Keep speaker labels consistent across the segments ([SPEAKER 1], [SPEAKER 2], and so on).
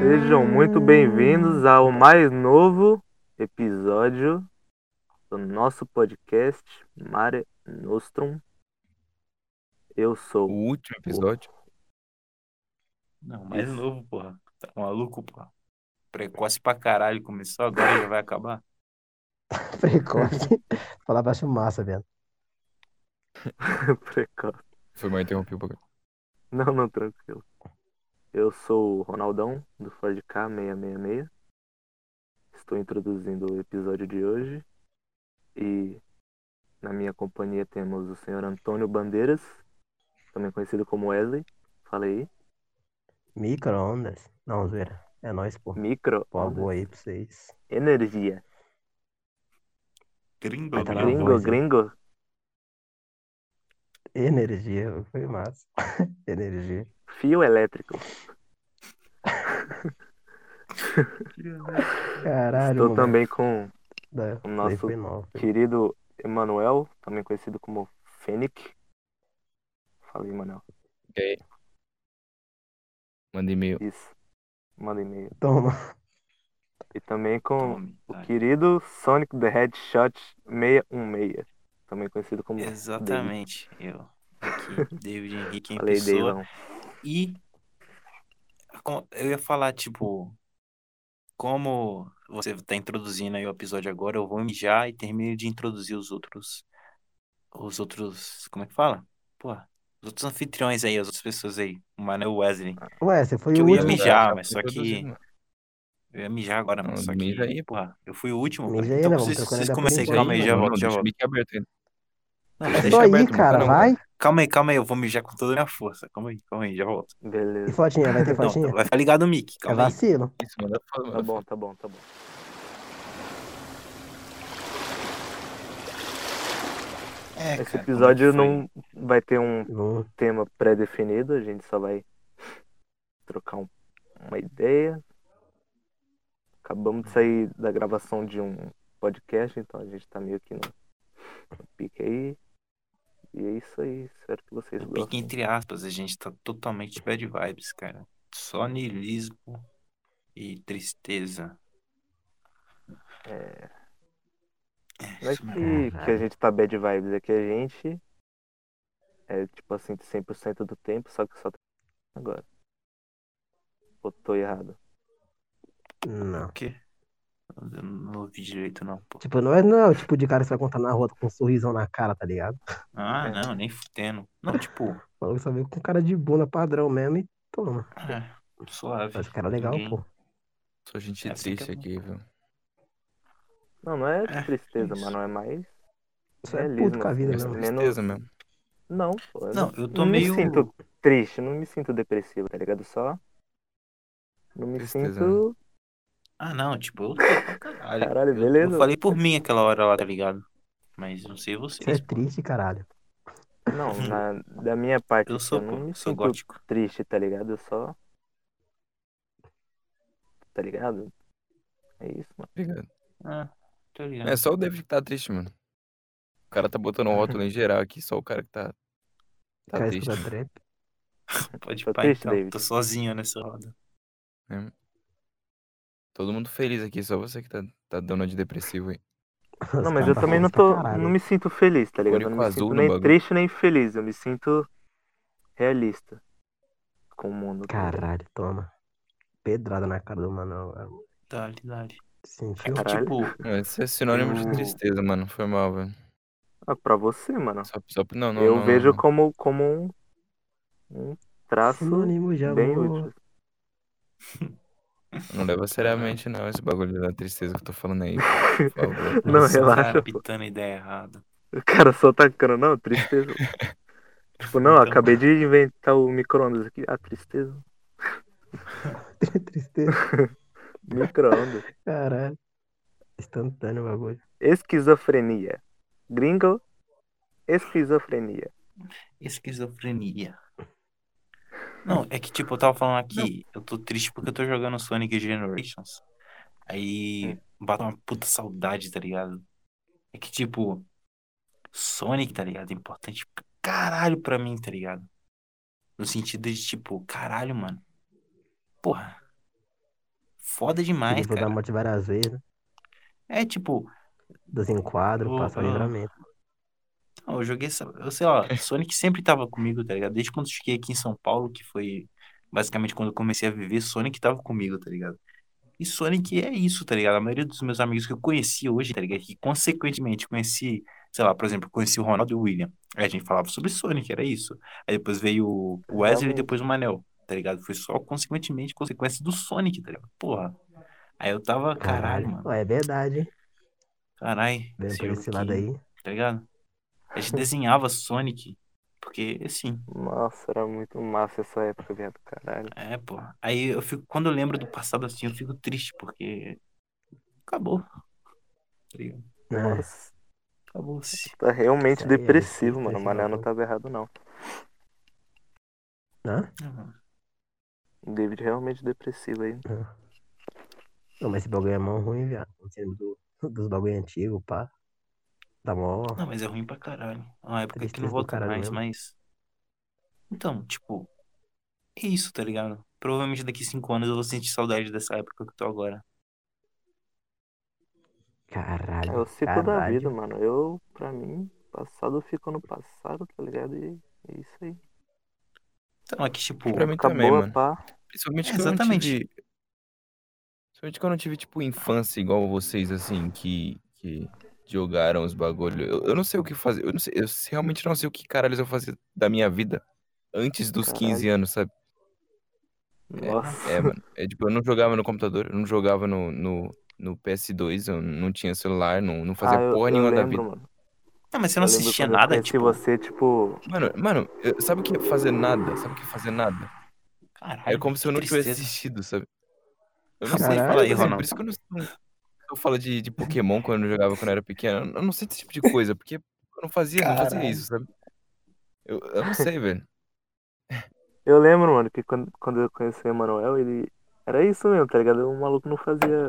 [SPEAKER 1] Sejam muito bem-vindos ao mais novo episódio do nosso podcast Mare Nostrum. Eu
[SPEAKER 2] O
[SPEAKER 1] sou.
[SPEAKER 2] último episódio?
[SPEAKER 3] Não, mais
[SPEAKER 1] Isso.
[SPEAKER 3] novo, porra. Tá maluco, porra. Precoce pra caralho, começou agora já vai acabar.
[SPEAKER 4] Precoce. Falar baixo massa, velho. Uhum.
[SPEAKER 1] Precoce.
[SPEAKER 2] Foi mal, interrompi um pouco.
[SPEAKER 1] Não, não, tranquilo. Eu sou o Ronaldão, do Ford K666. Estou introduzindo o episódio de hoje. E na minha companhia temos o senhor Antônio Bandeiras, também conhecido como Wesley. Fala aí.
[SPEAKER 4] Micro-ondas. Não, zoeira. É nóis, pô.
[SPEAKER 1] Micro.
[SPEAKER 4] Pô, boa aí pra vocês.
[SPEAKER 1] Energia.
[SPEAKER 3] Gringo,
[SPEAKER 4] Vai tá na
[SPEAKER 3] gringo.
[SPEAKER 1] Gringo,
[SPEAKER 4] voz, né?
[SPEAKER 1] gringo.
[SPEAKER 4] Energia, foi massa. Energia.
[SPEAKER 1] Fio elétrico.
[SPEAKER 4] Caralho,
[SPEAKER 1] Estou
[SPEAKER 4] mano.
[SPEAKER 1] também com o
[SPEAKER 4] Da-
[SPEAKER 1] o nosso-
[SPEAKER 4] daí foi nova.
[SPEAKER 1] querido Emanuel, também conhecido como Fênix. Fala aí, Emanuel.
[SPEAKER 2] Ok. Manda e-mail.
[SPEAKER 1] Isso. Manda e-mail.
[SPEAKER 4] Toma.
[SPEAKER 1] E também com
[SPEAKER 3] Tome,
[SPEAKER 1] o
[SPEAKER 3] tá.
[SPEAKER 1] querido Sonic the Headshot 616. Também conhecido como.
[SPEAKER 3] Exatamente. Eu. Aqui, David Henrique em
[SPEAKER 1] Falei,
[SPEAKER 3] pessoa.
[SPEAKER 1] Deivão.
[SPEAKER 3] E com- eu ia falar, tipo, como você tá introduzindo aí o episódio agora, eu vou mijar e termino de introduzir os outros. Os outros. Como é que fala? Porra. Os outros anfitriões aí, as outras pessoas aí. O Manoel Wesley.
[SPEAKER 4] Ué, você foi
[SPEAKER 3] Que
[SPEAKER 4] o
[SPEAKER 3] eu ia
[SPEAKER 4] último.
[SPEAKER 3] mijar,
[SPEAKER 2] Cara,
[SPEAKER 3] mas
[SPEAKER 2] tá
[SPEAKER 3] só que-
[SPEAKER 2] produzindo.
[SPEAKER 3] Eu ia mijar agora, mano.
[SPEAKER 2] Não,
[SPEAKER 3] Só que,
[SPEAKER 2] mija aí,
[SPEAKER 3] porra, eu fui o último.
[SPEAKER 4] Mija
[SPEAKER 3] cara.
[SPEAKER 4] aí,
[SPEAKER 3] então
[SPEAKER 4] né, vamos
[SPEAKER 3] vocês,
[SPEAKER 4] procurar
[SPEAKER 3] vocês
[SPEAKER 4] ainda
[SPEAKER 3] comecei,
[SPEAKER 4] por
[SPEAKER 3] calma aí,
[SPEAKER 4] enquanto.
[SPEAKER 3] já
[SPEAKER 2] Não,
[SPEAKER 3] volto, já
[SPEAKER 2] Deixa o
[SPEAKER 3] volto.
[SPEAKER 2] mic aberto ainda.
[SPEAKER 3] Não,
[SPEAKER 2] deixa
[SPEAKER 4] Tô
[SPEAKER 3] deixa
[SPEAKER 4] aí,
[SPEAKER 3] aberto, não
[SPEAKER 4] cara,
[SPEAKER 3] para não,
[SPEAKER 4] vai.
[SPEAKER 3] Calma aí, calma aí, eu vou mijar com toda a minha força. Calma aí, calma aí, já volto.
[SPEAKER 4] E
[SPEAKER 1] Beleza.
[SPEAKER 4] fotinha, vai ter
[SPEAKER 3] Não,
[SPEAKER 4] fotinha?
[SPEAKER 3] vai ficar ligado o mic,
[SPEAKER 4] É
[SPEAKER 3] calma aí.
[SPEAKER 4] vacilo.
[SPEAKER 2] Isso, manda foto,
[SPEAKER 1] Tá
[SPEAKER 2] manda
[SPEAKER 1] bom, tá bom, tá bom.
[SPEAKER 3] É,
[SPEAKER 1] Esse
[SPEAKER 3] cara,
[SPEAKER 1] episódio
[SPEAKER 3] como é que
[SPEAKER 1] não vai ter um
[SPEAKER 4] Vamos.
[SPEAKER 1] tema pré-definido, a gente só vai trocar um- uma ideia. Acabamos de sair da gravação de um podcast, então a gente tá meio que no, no pique aí. E é isso aí, espero que vocês
[SPEAKER 3] foi? O pique
[SPEAKER 1] gostem.
[SPEAKER 3] entre aspas, a gente tá totalmente bad vibes, cara. Só niilismo e tristeza.
[SPEAKER 4] É.
[SPEAKER 1] Não é
[SPEAKER 3] isso
[SPEAKER 1] que,
[SPEAKER 3] né?
[SPEAKER 1] que a gente tá bad vibes, é que a gente é tipo assim, 100% do tempo, só que só tá agora. Ou tô errado?
[SPEAKER 4] Não.
[SPEAKER 3] O quê? Eu não ouvi direito, não, pô.
[SPEAKER 4] Tipo, não é, não é o tipo de cara que você vai contar na rua com um sorrisão na cara, tá ligado?
[SPEAKER 3] Ah,
[SPEAKER 1] É.
[SPEAKER 3] não, nem fudendo. Não, tipo,
[SPEAKER 4] O maluco só veio com cara de bunda padrão mesmo e toma.
[SPEAKER 3] é, suave.
[SPEAKER 4] Mas cara é legal,
[SPEAKER 3] Ninguém-
[SPEAKER 4] pô.
[SPEAKER 2] Só gente
[SPEAKER 3] Essa que é
[SPEAKER 2] triste
[SPEAKER 3] bom.
[SPEAKER 2] aqui, viu?
[SPEAKER 1] Não, não é
[SPEAKER 3] É,
[SPEAKER 1] tristeza,
[SPEAKER 3] isso.
[SPEAKER 1] mano, é mais.
[SPEAKER 4] Isso é
[SPEAKER 1] realismo,
[SPEAKER 4] puto com a
[SPEAKER 1] assim,
[SPEAKER 4] vida
[SPEAKER 2] Mas
[SPEAKER 4] mesmo.
[SPEAKER 2] tristeza mesmo.
[SPEAKER 1] Não, pô. é eu
[SPEAKER 3] Não, eu tô
[SPEAKER 1] não
[SPEAKER 3] meio.
[SPEAKER 1] me sinto triste, não me sinto depressivo, tá ligado? Só. Não me
[SPEAKER 2] Tristeza, né?
[SPEAKER 1] sinto.
[SPEAKER 3] Ah, não, tipo, eu tô pra caralho.
[SPEAKER 1] Caralho,
[SPEAKER 3] Eu-
[SPEAKER 1] beleza.
[SPEAKER 3] Eu falei por mim aquela hora lá, tá ligado? Mas não sei
[SPEAKER 4] Isso é
[SPEAKER 3] vocês. pô.
[SPEAKER 4] triste, caralho.
[SPEAKER 3] Tá
[SPEAKER 1] Não, na- da minha parte, assim,
[SPEAKER 3] Eu sou,
[SPEAKER 1] eu não
[SPEAKER 3] pô,
[SPEAKER 1] me
[SPEAKER 3] sou
[SPEAKER 1] sinto
[SPEAKER 3] gótico.
[SPEAKER 1] triste, tá ligado? Eu só. Tá ligado? É isso, mano.
[SPEAKER 2] Obrigado.
[SPEAKER 3] Ah, tô ligado.
[SPEAKER 2] É só o David que tá triste, mano. O cara tá botando um rótulo em geral aqui, só o cara que tá. Tá
[SPEAKER 4] Cara
[SPEAKER 2] triste.
[SPEAKER 4] escuta trap.
[SPEAKER 3] Pode
[SPEAKER 1] Tô
[SPEAKER 3] pá,
[SPEAKER 1] triste,
[SPEAKER 3] então.
[SPEAKER 1] David.
[SPEAKER 3] Tô sozinho nessa roda.
[SPEAKER 2] Todo mundo feliz aqui, só você que tá, tá dando de depressivo aí.
[SPEAKER 4] Os
[SPEAKER 1] Não, mas
[SPEAKER 4] caras
[SPEAKER 1] eu
[SPEAKER 4] tá
[SPEAKER 1] também não
[SPEAKER 4] feliz
[SPEAKER 1] tô.
[SPEAKER 4] pra caralho.
[SPEAKER 1] Não me sinto feliz, tá ligado? Eu não
[SPEAKER 2] Olho com
[SPEAKER 1] me
[SPEAKER 2] azul
[SPEAKER 1] sinto
[SPEAKER 2] no
[SPEAKER 1] nem
[SPEAKER 2] bagulho.
[SPEAKER 1] triste nem feliz. Eu me sinto realista com o mundo. tá ligado?
[SPEAKER 4] Caralho, toma. Pedrada na cara do Manuel. agora.
[SPEAKER 3] Dale, dale.
[SPEAKER 4] Sentiu?
[SPEAKER 1] Caralho.
[SPEAKER 3] Tá, Tipo,
[SPEAKER 2] Não, Isso é sinônimo de
[SPEAKER 1] Eu-
[SPEAKER 2] tristeza, mano. Foi mal, velho.
[SPEAKER 1] Ah, pra você, mano.
[SPEAKER 2] Só, só... Não, não,
[SPEAKER 1] eu
[SPEAKER 2] não, não,
[SPEAKER 1] vejo
[SPEAKER 2] não.
[SPEAKER 1] como, como um, um traço
[SPEAKER 4] Sinônimo de
[SPEAKER 1] bem
[SPEAKER 4] amor.
[SPEAKER 1] útil.
[SPEAKER 2] Não leva seriamente, não, esse bagulho da tristeza que eu tô falando aí. Por favor.
[SPEAKER 1] Não,
[SPEAKER 3] você
[SPEAKER 1] relaxa,
[SPEAKER 3] tá
[SPEAKER 1] pô.
[SPEAKER 3] pitando ideia errada.
[SPEAKER 1] O cara só tacando, não, tristeza. tipo, não,
[SPEAKER 3] Então.
[SPEAKER 1] acabei de inventar o micro-ondas aqui. Ah, tristeza.
[SPEAKER 4] Tristeza.
[SPEAKER 1] Micro-ondas.
[SPEAKER 4] Caralho. Instantâneo o bagulho.
[SPEAKER 1] Esquizofrenia. Gringo, esquizofrenia.
[SPEAKER 3] Esquizofrenia. Não, é que tipo, eu tava falando aqui, eu tô triste porque eu tô jogando Sonic Generations. Aí bate uma puta saudade, tá ligado? É que tipo, Sonic, tá ligado? É importante pra caralho pra mim, tá ligado? No sentido de tipo, caralho, mano. Porra. Foda demais,
[SPEAKER 4] Vou dar
[SPEAKER 3] cara.
[SPEAKER 4] morte várias vezes, né?
[SPEAKER 3] É tipo,
[SPEAKER 4] Dos enquadros,
[SPEAKER 3] Vou-
[SPEAKER 4] passa o
[SPEAKER 3] vou-
[SPEAKER 4] livramento.
[SPEAKER 3] não, eu joguei essa. Eu sei lá, Sonic sempre tava comigo, tá ligado? Desde quando eu cheguei aqui em São Paulo, que foi basicamente quando eu comecei a viver, Sonic tava comigo, tá ligado? E Sonic é isso, tá ligado? A maioria dos meus amigos que eu conheci hoje, tá ligado? Que consequentemente conheci, sei lá, por exemplo, conheci o Ronaldo e o William. Aí a gente falava sobre Sonic, era isso. Aí depois veio o Wesley e
[SPEAKER 1] Realmente.
[SPEAKER 3] depois o Manel, tá ligado? Foi só consequentemente consequência do Sonic, tá ligado? Porra. Aí eu tava, caralho, mano.
[SPEAKER 4] Ó, é verdade, hein?
[SPEAKER 3] Caralho,
[SPEAKER 4] Vendo
[SPEAKER 3] esse
[SPEAKER 4] por
[SPEAKER 3] jogo
[SPEAKER 4] esse lado
[SPEAKER 3] aqui,
[SPEAKER 4] aí. né?
[SPEAKER 3] tá ligado? A gente desenhava Sonic, porque assim,
[SPEAKER 1] Nossa, era muito massa essa época, viado, caralho.
[SPEAKER 3] é, pô. Aí eu fico, quando eu lembro do passado assim, eu fico triste, porque acabou. Tá ligado? assim.
[SPEAKER 4] né?
[SPEAKER 1] Nossa,
[SPEAKER 3] Acabou-se.
[SPEAKER 1] tá realmente
[SPEAKER 4] Isso aí é
[SPEAKER 1] depressivo,
[SPEAKER 4] muito
[SPEAKER 1] mano. O Manel não
[SPEAKER 4] depressivo.
[SPEAKER 1] tava errado, não.
[SPEAKER 4] Hã?
[SPEAKER 3] Ah,
[SPEAKER 1] O David é realmente depressivo aí.
[SPEAKER 4] Não, mas esse bagulho é mó ruim, viado. Você lembra do- dos bagulho antigo, pá. Dá mó.
[SPEAKER 3] Não, mas é ruim pra caralho. É uma época que
[SPEAKER 4] Tristeza
[SPEAKER 3] não
[SPEAKER 4] do
[SPEAKER 3] volta
[SPEAKER 4] caralho
[SPEAKER 3] mais,
[SPEAKER 4] mesmo.
[SPEAKER 3] mas. Então, tipo, é isso, tá ligado? Provavelmente daqui cinco anos eu vou sentir saudade dessa época que eu tô agora.
[SPEAKER 4] Caralho.
[SPEAKER 1] É o ciclo da
[SPEAKER 4] caralho.
[SPEAKER 1] vida, mano. Eu, pra mim, passado fica no passado, tá ligado? E é isso aí.
[SPEAKER 3] Então, é que, tipo,
[SPEAKER 2] Pra mim
[SPEAKER 1] Acabou
[SPEAKER 2] também,
[SPEAKER 1] a
[SPEAKER 2] mano.
[SPEAKER 1] pá.
[SPEAKER 2] Principalmente
[SPEAKER 3] É,
[SPEAKER 2] que eu não
[SPEAKER 3] exatamente.
[SPEAKER 2] tive. Principalmente que eu não tive, tipo, infância igual vocês, assim, que, que jogaram os bagulho. Eu, eu não sei o que fazer. Eu, não sei, eu realmente não sei o que caralho eu fazia da minha vida antes dos
[SPEAKER 1] Caralho.
[SPEAKER 2] 15 anos, sabe?
[SPEAKER 1] Nossa.
[SPEAKER 2] É, mano. É tipo, eu não jogava no computador, eu não jogava no, no, no PS2, eu não tinha celular, não, não fazia
[SPEAKER 1] Ah, eu-
[SPEAKER 2] porra
[SPEAKER 1] eu
[SPEAKER 2] nenhuma da
[SPEAKER 1] lembro,
[SPEAKER 2] vida.
[SPEAKER 1] mano.
[SPEAKER 3] não, mas você
[SPEAKER 1] Eu
[SPEAKER 3] não
[SPEAKER 1] lembro
[SPEAKER 3] assistia
[SPEAKER 1] quando eu
[SPEAKER 3] nada,
[SPEAKER 1] conheci
[SPEAKER 3] tipo.
[SPEAKER 1] você, tipo,
[SPEAKER 2] Mano, mano, eu- sabe o que é fazer nada? Sabe o que é fazer nada?
[SPEAKER 3] Caralho,
[SPEAKER 2] É como se eu
[SPEAKER 3] que
[SPEAKER 2] não tivesse
[SPEAKER 3] tristeza.
[SPEAKER 2] assistido, sabe? Eu não sei,
[SPEAKER 4] Caralho.
[SPEAKER 2] fala aí,
[SPEAKER 3] Fala aí,
[SPEAKER 2] Ronaldo. Por isso que eu não não- Eu falo de, de Pokémon quando eu jogava quando eu era pequeno. Eu não sei desse tipo de coisa, porque eu não fazia, não fazia
[SPEAKER 3] Caralho.
[SPEAKER 2] isso, sabe? Eu, eu não sei, velho.
[SPEAKER 1] Eu lembro, mano, que quando, quando eu conheci o Emanuel, ele. Era isso mesmo, tá ligado? O maluco não fazia.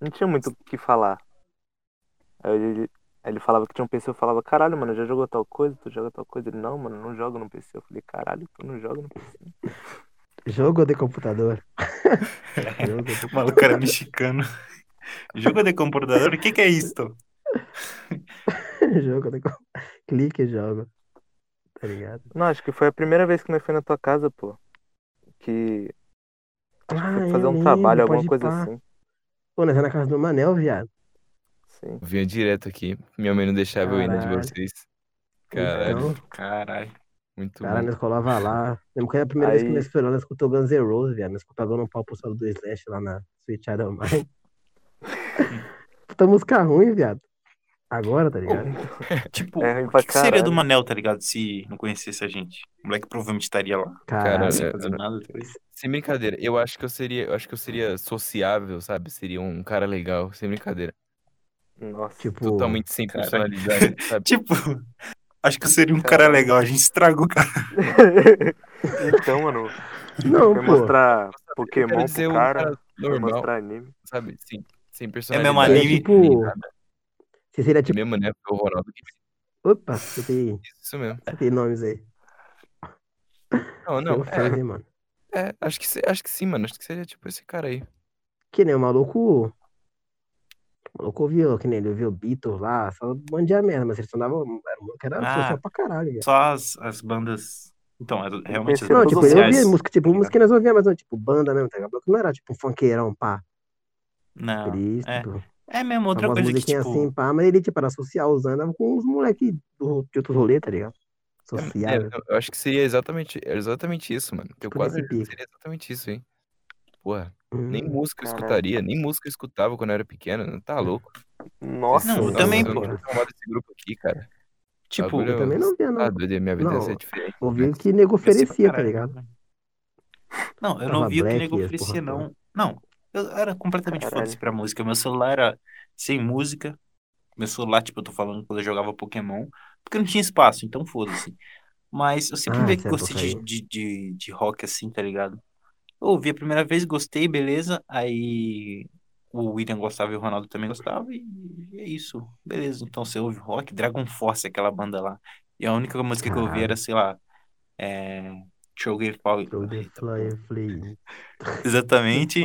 [SPEAKER 1] Não tinha muito o que falar. Aí ele, aí ele falava que tinha um PC, eu falava, caralho, mano, já jogou tal coisa? Tu joga tal coisa? Ele, não, mano, não jogo no PC. Eu falei, caralho, tu não joga no PC.
[SPEAKER 4] Jogo de computador. Jogo de
[SPEAKER 3] O maluco era mexicano. Jogo de computador? O que que é isto?
[SPEAKER 4] jogo de computador. Clique e jogo. Tá ligado?
[SPEAKER 1] Não, acho que foi a primeira vez que nós foi na tua casa, pô. Que.
[SPEAKER 4] Ah,
[SPEAKER 1] Tem que
[SPEAKER 4] eu
[SPEAKER 1] fazer um
[SPEAKER 4] lembro,
[SPEAKER 1] trabalho, alguma
[SPEAKER 4] pode
[SPEAKER 1] coisa
[SPEAKER 4] pá.
[SPEAKER 1] assim.
[SPEAKER 4] Pô, nós é na casa do Manel, viado.
[SPEAKER 1] Sim.
[SPEAKER 2] Eu vinha direto aqui. Minha mãe não deixava eu ir na de
[SPEAKER 4] Caralho.
[SPEAKER 2] vocês. Caralho,
[SPEAKER 4] Então,
[SPEAKER 3] Caralho.
[SPEAKER 2] muito
[SPEAKER 4] Caralho,
[SPEAKER 2] bom.
[SPEAKER 4] nós colava lá. Lembro que era a primeira vez
[SPEAKER 1] Aí-
[SPEAKER 4] que nós foi lá, nós escutou Guns N' Roses, velho. Nós pagando um pau pro solo do Slash lá na Sweet Shadow Mine. Puta música ruim, viado. Agora, tá ligado?
[SPEAKER 3] Tipo,
[SPEAKER 1] É ruim
[SPEAKER 3] o
[SPEAKER 1] pra
[SPEAKER 3] que que seria do
[SPEAKER 1] caralho.
[SPEAKER 3] Manel, tá ligado? Se não conhecesse a gente. O moleque provavelmente estaria lá,
[SPEAKER 2] Cara,
[SPEAKER 4] Caralho.
[SPEAKER 2] é-
[SPEAKER 3] sem fazer nada. tá ligado?
[SPEAKER 2] Sem brincadeira, eu acho que eu seria, eu acho que eu seria sociável, sabe? Seria um cara legal, sem brincadeira.
[SPEAKER 1] Nossa.
[SPEAKER 4] tipo,
[SPEAKER 2] Totalmente sem
[SPEAKER 3] Caralho.
[SPEAKER 2] personalidade, sabe?
[SPEAKER 3] Tipo, acho que eu seria um cara legal. A gente estragou o cara.
[SPEAKER 1] então, mano,
[SPEAKER 4] não,
[SPEAKER 1] foi
[SPEAKER 4] pô.
[SPEAKER 1] mostrar
[SPEAKER 2] Eu quero
[SPEAKER 1] Pokémon
[SPEAKER 2] dizer,
[SPEAKER 1] pro
[SPEAKER 2] um
[SPEAKER 1] cara, foi
[SPEAKER 2] normal,
[SPEAKER 1] mostrar anime.
[SPEAKER 2] sabe? Sim, sem
[SPEAKER 3] É
[SPEAKER 2] personalidade.
[SPEAKER 3] mesmo anime.
[SPEAKER 2] nem
[SPEAKER 4] Tipo-
[SPEAKER 2] nada.
[SPEAKER 4] Você seria
[SPEAKER 2] É
[SPEAKER 4] tipo.
[SPEAKER 2] mesmo, né? Foi o Ronaldo que fez
[SPEAKER 4] Opa, você tem,
[SPEAKER 2] isso mesmo.
[SPEAKER 4] você tem nomes aí.
[SPEAKER 2] Não,
[SPEAKER 4] Não,
[SPEAKER 2] não,
[SPEAKER 4] que ofensa,
[SPEAKER 2] é,
[SPEAKER 4] hein, mano.
[SPEAKER 2] é, acho que, se- acho que sim, mano. Acho que seria tipo esse cara aí.
[SPEAKER 4] Que nem o maluco. O maluco ouviu, que nem ele ouviu Beatles lá, só um monte de merda, mas ele sonava. Era, um maluco que era
[SPEAKER 3] Ah.
[SPEAKER 4] social pra caralho, velho.
[SPEAKER 3] Só as, as bandas. Então, era realmente as
[SPEAKER 1] Não,
[SPEAKER 4] Não,
[SPEAKER 3] bandas
[SPEAKER 4] tipo, ele
[SPEAKER 3] sociais.
[SPEAKER 4] ouvia música, tipo, música que nós ouvia, mas não, tipo, banda mesmo, tá ligado? Não era tipo um funkeirão, pá.
[SPEAKER 3] Não.
[SPEAKER 4] Cristo.
[SPEAKER 3] é. É mesmo, outra
[SPEAKER 4] Umas
[SPEAKER 3] coisa que,
[SPEAKER 4] musiquinhas
[SPEAKER 3] tipo.
[SPEAKER 4] assim, pá, mas ele, tipo, era social, usando com os moleques do, de outros rolê, tá ligado?
[SPEAKER 2] É,
[SPEAKER 4] Sociável.
[SPEAKER 2] não, eu acho que seria exatamente, é exatamente isso, mano. Eu
[SPEAKER 4] Tipo,
[SPEAKER 2] quase
[SPEAKER 4] nesse
[SPEAKER 2] acho que
[SPEAKER 4] pique.
[SPEAKER 2] seria exatamente isso, hein? Porra,
[SPEAKER 4] Hum,
[SPEAKER 2] nem música eu
[SPEAKER 1] Caralho.
[SPEAKER 2] escutaria, nem música eu escutava quando eu era pequeno. Tá louco.
[SPEAKER 1] Nossa,
[SPEAKER 3] Não, eu
[SPEAKER 1] mano.
[SPEAKER 3] também,
[SPEAKER 2] eu
[SPEAKER 3] pô.
[SPEAKER 2] tô formado desse grupo aqui, cara.
[SPEAKER 3] Tipo,
[SPEAKER 2] Bagulho-
[SPEAKER 4] eu também não via, não.
[SPEAKER 2] Ah, doido, minha vida ia
[SPEAKER 4] Não,
[SPEAKER 2] ser diferente.
[SPEAKER 4] Ouvi
[SPEAKER 3] né?
[SPEAKER 4] o que nego oferecia, tá
[SPEAKER 3] é Caralho.
[SPEAKER 4] ligado?
[SPEAKER 3] Não, eu
[SPEAKER 4] Tava
[SPEAKER 3] não via o que
[SPEAKER 4] Black,
[SPEAKER 3] nego
[SPEAKER 4] as
[SPEAKER 3] oferecia,
[SPEAKER 4] porra
[SPEAKER 3] não. Não, eu era completamente
[SPEAKER 1] Caralho.
[SPEAKER 3] foda-se pra música. Meu celular era sem música. Meu celular, tipo, eu tô falando quando eu jogava Pokémon, porque não tinha espaço, então foda-se. Mas eu sempre
[SPEAKER 4] Ah,
[SPEAKER 3] meio que
[SPEAKER 4] essa
[SPEAKER 3] gostei
[SPEAKER 4] época
[SPEAKER 3] de, de, de, de rock assim, tá ligado? Eu ouvi a primeira vez, gostei, beleza. Aí o William gostava e o Ronaldo também gostava, e é isso. Beleza, então você ouve rock, Dragon Force, aquela banda lá. E a única música que eu ouvi
[SPEAKER 4] Caralho.
[SPEAKER 3] era, sei lá, é, Choguei Fall.
[SPEAKER 4] Throw the
[SPEAKER 3] Eita,
[SPEAKER 4] fly, fly.
[SPEAKER 3] Exatamente.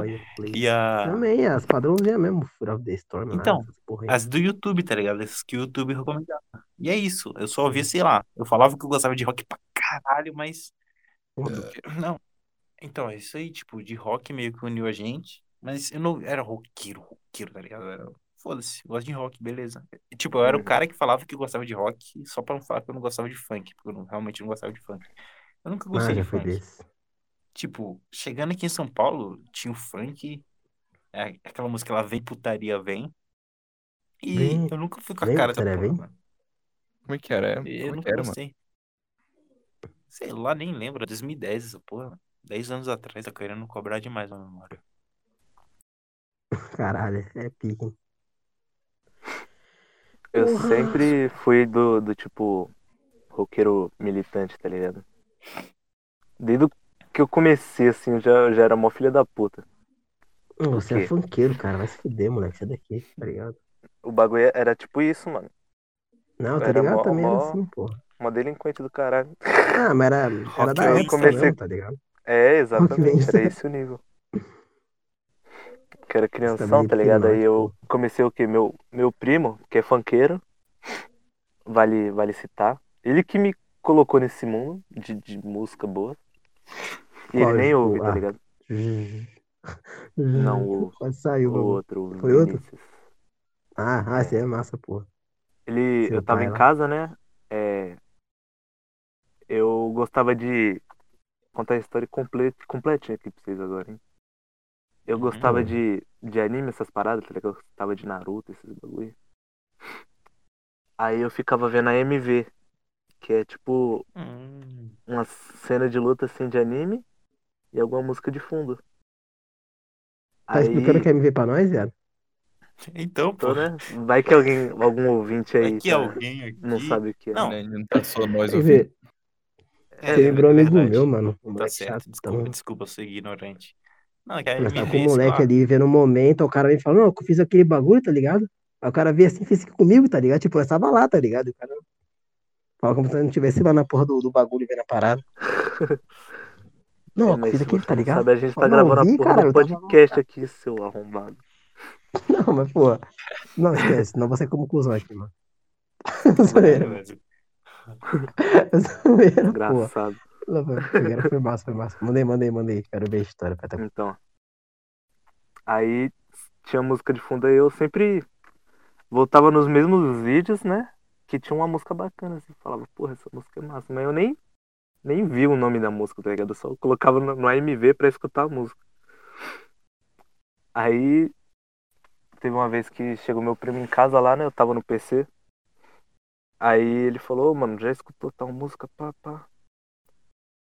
[SPEAKER 3] E a.
[SPEAKER 4] Também, as padrãozinhas mesmo, Fury of the Storm. lá,
[SPEAKER 3] Então,
[SPEAKER 4] essas porra aí.
[SPEAKER 3] As do YouTube, tá ligado? Essas que o YouTube recomendava. E é isso. Eu só ouvia, sei lá. Eu falava que eu gostava de rock pra caralho, mas.
[SPEAKER 4] Uhum.
[SPEAKER 3] Não. Então, é isso aí, tipo, de rock meio que uniu a gente. Mas eu não era roqueiro, roqueiro, tá ligado? Eu Era... Foda-se, eu gosto de rock, beleza. E, Tipo, eu era o
[SPEAKER 1] Uhum.
[SPEAKER 3] cara que falava que gostava de rock, só pra não falar que eu não gostava de funk, porque eu não- realmente não gostava de funk. Eu nunca
[SPEAKER 4] Ah,
[SPEAKER 3] gostei
[SPEAKER 4] já
[SPEAKER 3] de
[SPEAKER 4] foi
[SPEAKER 3] funk.
[SPEAKER 4] desse.
[SPEAKER 3] Tipo, chegando aqui em São Paulo, tinha o funk, é, aquela música lá, Vem Putaria Vem. E
[SPEAKER 4] Vem-
[SPEAKER 3] eu nunca fui com a
[SPEAKER 4] Vem,
[SPEAKER 3] cara da
[SPEAKER 4] putaria,
[SPEAKER 3] porra,
[SPEAKER 4] vem?
[SPEAKER 3] mano.
[SPEAKER 2] Como é que era? É,
[SPEAKER 3] Eu
[SPEAKER 2] Como é que
[SPEAKER 3] nunca
[SPEAKER 2] era, mano?
[SPEAKER 3] gostei. Sei lá, nem lembro, é 2010 essa porra. mano. 10 anos atrás, tá querendo cobrar demais na memória.
[SPEAKER 4] Caralho, é pique. hein?
[SPEAKER 1] Eu
[SPEAKER 4] Porra.
[SPEAKER 1] sempre fui do, do tipo roqueiro militante, tá ligado? Desde o que eu comecei, assim, eu já, eu já era mó filha da puta.
[SPEAKER 4] Hum, Você
[SPEAKER 1] quê?
[SPEAKER 4] é funkeiro, cara. Vai se fuder, moleque. Sai daqui, tá ligado?
[SPEAKER 1] O bagulho era tipo isso, mano.
[SPEAKER 4] Não, tá
[SPEAKER 1] Era
[SPEAKER 4] ligado?
[SPEAKER 1] mó-
[SPEAKER 4] Também
[SPEAKER 1] mó-
[SPEAKER 4] era assim, porra.
[SPEAKER 1] Mó delinquente do caralho.
[SPEAKER 4] Ah, mas era, era
[SPEAKER 3] Rock
[SPEAKER 4] da
[SPEAKER 3] and roll.
[SPEAKER 4] época
[SPEAKER 1] Comecei-
[SPEAKER 4] mesmo, tá ligado?
[SPEAKER 1] É, exatamente,
[SPEAKER 4] Rock
[SPEAKER 1] era esse o nível. Que era crianção,
[SPEAKER 4] Também
[SPEAKER 1] tá ligado? Aí eu
[SPEAKER 4] hipnótico.
[SPEAKER 1] comecei o quê? Meu, meu primo, que é funkeiro, vale, vale citar. Ele que me colocou nesse mundo de, de música boa. E ele
[SPEAKER 4] Qual?
[SPEAKER 1] nem ouve, tá
[SPEAKER 4] Ah.
[SPEAKER 1] ligado? Não, o-
[SPEAKER 4] Quase saiu,
[SPEAKER 1] O
[SPEAKER 4] mano.
[SPEAKER 1] outro, o
[SPEAKER 4] Foi outro?
[SPEAKER 1] Vinícius.
[SPEAKER 4] Ah, ah, esse aí é massa, porra.
[SPEAKER 1] Ele,
[SPEAKER 4] Seu
[SPEAKER 1] eu tava
[SPEAKER 4] pai
[SPEAKER 1] em
[SPEAKER 4] tá lá.
[SPEAKER 1] casa, né? É, eu gostava de contar a história completa, completinha aqui pra vocês agora, hein? Eu gostava
[SPEAKER 4] Hum.
[SPEAKER 1] de, de anime, essas paradas, tá ligado? Eu gostava de Naruto, esses bagulho. Aí eu ficava vendo a MV, que é tipo
[SPEAKER 3] Hum,
[SPEAKER 1] uma cena de luta assim de anime e alguma música de fundo.
[SPEAKER 4] Tá explicando o que é MV pra nós, viado?
[SPEAKER 3] Então, pô,
[SPEAKER 1] tô, né? Vai que alguém, algum ouvinte aí
[SPEAKER 3] é que
[SPEAKER 1] tá-
[SPEAKER 3] alguém aqui.
[SPEAKER 1] não sabe o que é.
[SPEAKER 3] Não,
[SPEAKER 2] Né, Não tá só nós ouvindo.
[SPEAKER 4] MV,
[SPEAKER 3] É,
[SPEAKER 4] você lembrou um
[SPEAKER 3] é
[SPEAKER 4] amigo
[SPEAKER 3] verdade.
[SPEAKER 4] meu, mano. Um
[SPEAKER 3] Tá
[SPEAKER 4] moleque
[SPEAKER 3] certo,
[SPEAKER 4] chato,
[SPEAKER 3] desculpa,
[SPEAKER 4] então.
[SPEAKER 3] desculpa, eu sou ignorante. Não, é que a
[SPEAKER 4] Mas tá
[SPEAKER 3] MV,
[SPEAKER 4] com o
[SPEAKER 3] sei
[SPEAKER 4] moleque
[SPEAKER 3] lá.
[SPEAKER 4] ali vivendo um momento, o cara vem e fala, não, eu fiz aquele bagulho, tá ligado? Aí o cara veio assim, fez isso comigo, tá ligado? Tipo, eu estava lá, tá ligado? E o cara fala como se eu não estivesse lá na porra do, do bagulho vendo a parada. Não,
[SPEAKER 1] É,
[SPEAKER 4] eu
[SPEAKER 1] mas
[SPEAKER 4] fiz
[SPEAKER 1] se
[SPEAKER 4] aquilo,
[SPEAKER 1] você
[SPEAKER 4] tá
[SPEAKER 1] não
[SPEAKER 4] ligado?
[SPEAKER 1] Sabe, a gente tá
[SPEAKER 4] Não,
[SPEAKER 1] gravando
[SPEAKER 4] vi,
[SPEAKER 1] a porra
[SPEAKER 4] caralho,
[SPEAKER 1] do
[SPEAKER 4] eu tava lá.
[SPEAKER 1] podcast aqui, seu arrombado.
[SPEAKER 4] Não, mas porra. Não, esquece, senão você é como cuzão aqui, mano.
[SPEAKER 3] Sério,
[SPEAKER 4] Zoeira,
[SPEAKER 3] velho.
[SPEAKER 4] zoeira, porra.
[SPEAKER 1] Engraçado.
[SPEAKER 4] Não, foi- foi- Foi massa, foi massa. Mandei, mandei, mandei. Quero ver a história. tá Pra até...
[SPEAKER 1] Então. Aí tinha música de fundo aí, eu sempre voltava nos mesmos vídeos, né? Que tinha uma música bacana, assim. Falava, porra, essa música é massa. Mas eu nem, nem vi o nome da música, tá ligado? Eu só colocava no, no AMV pra escutar a música. Aí teve uma vez que chegou meu primo em casa lá, né? Eu tava no PC. Aí ele falou, ô, mano, já escutou tal música, pá, pá.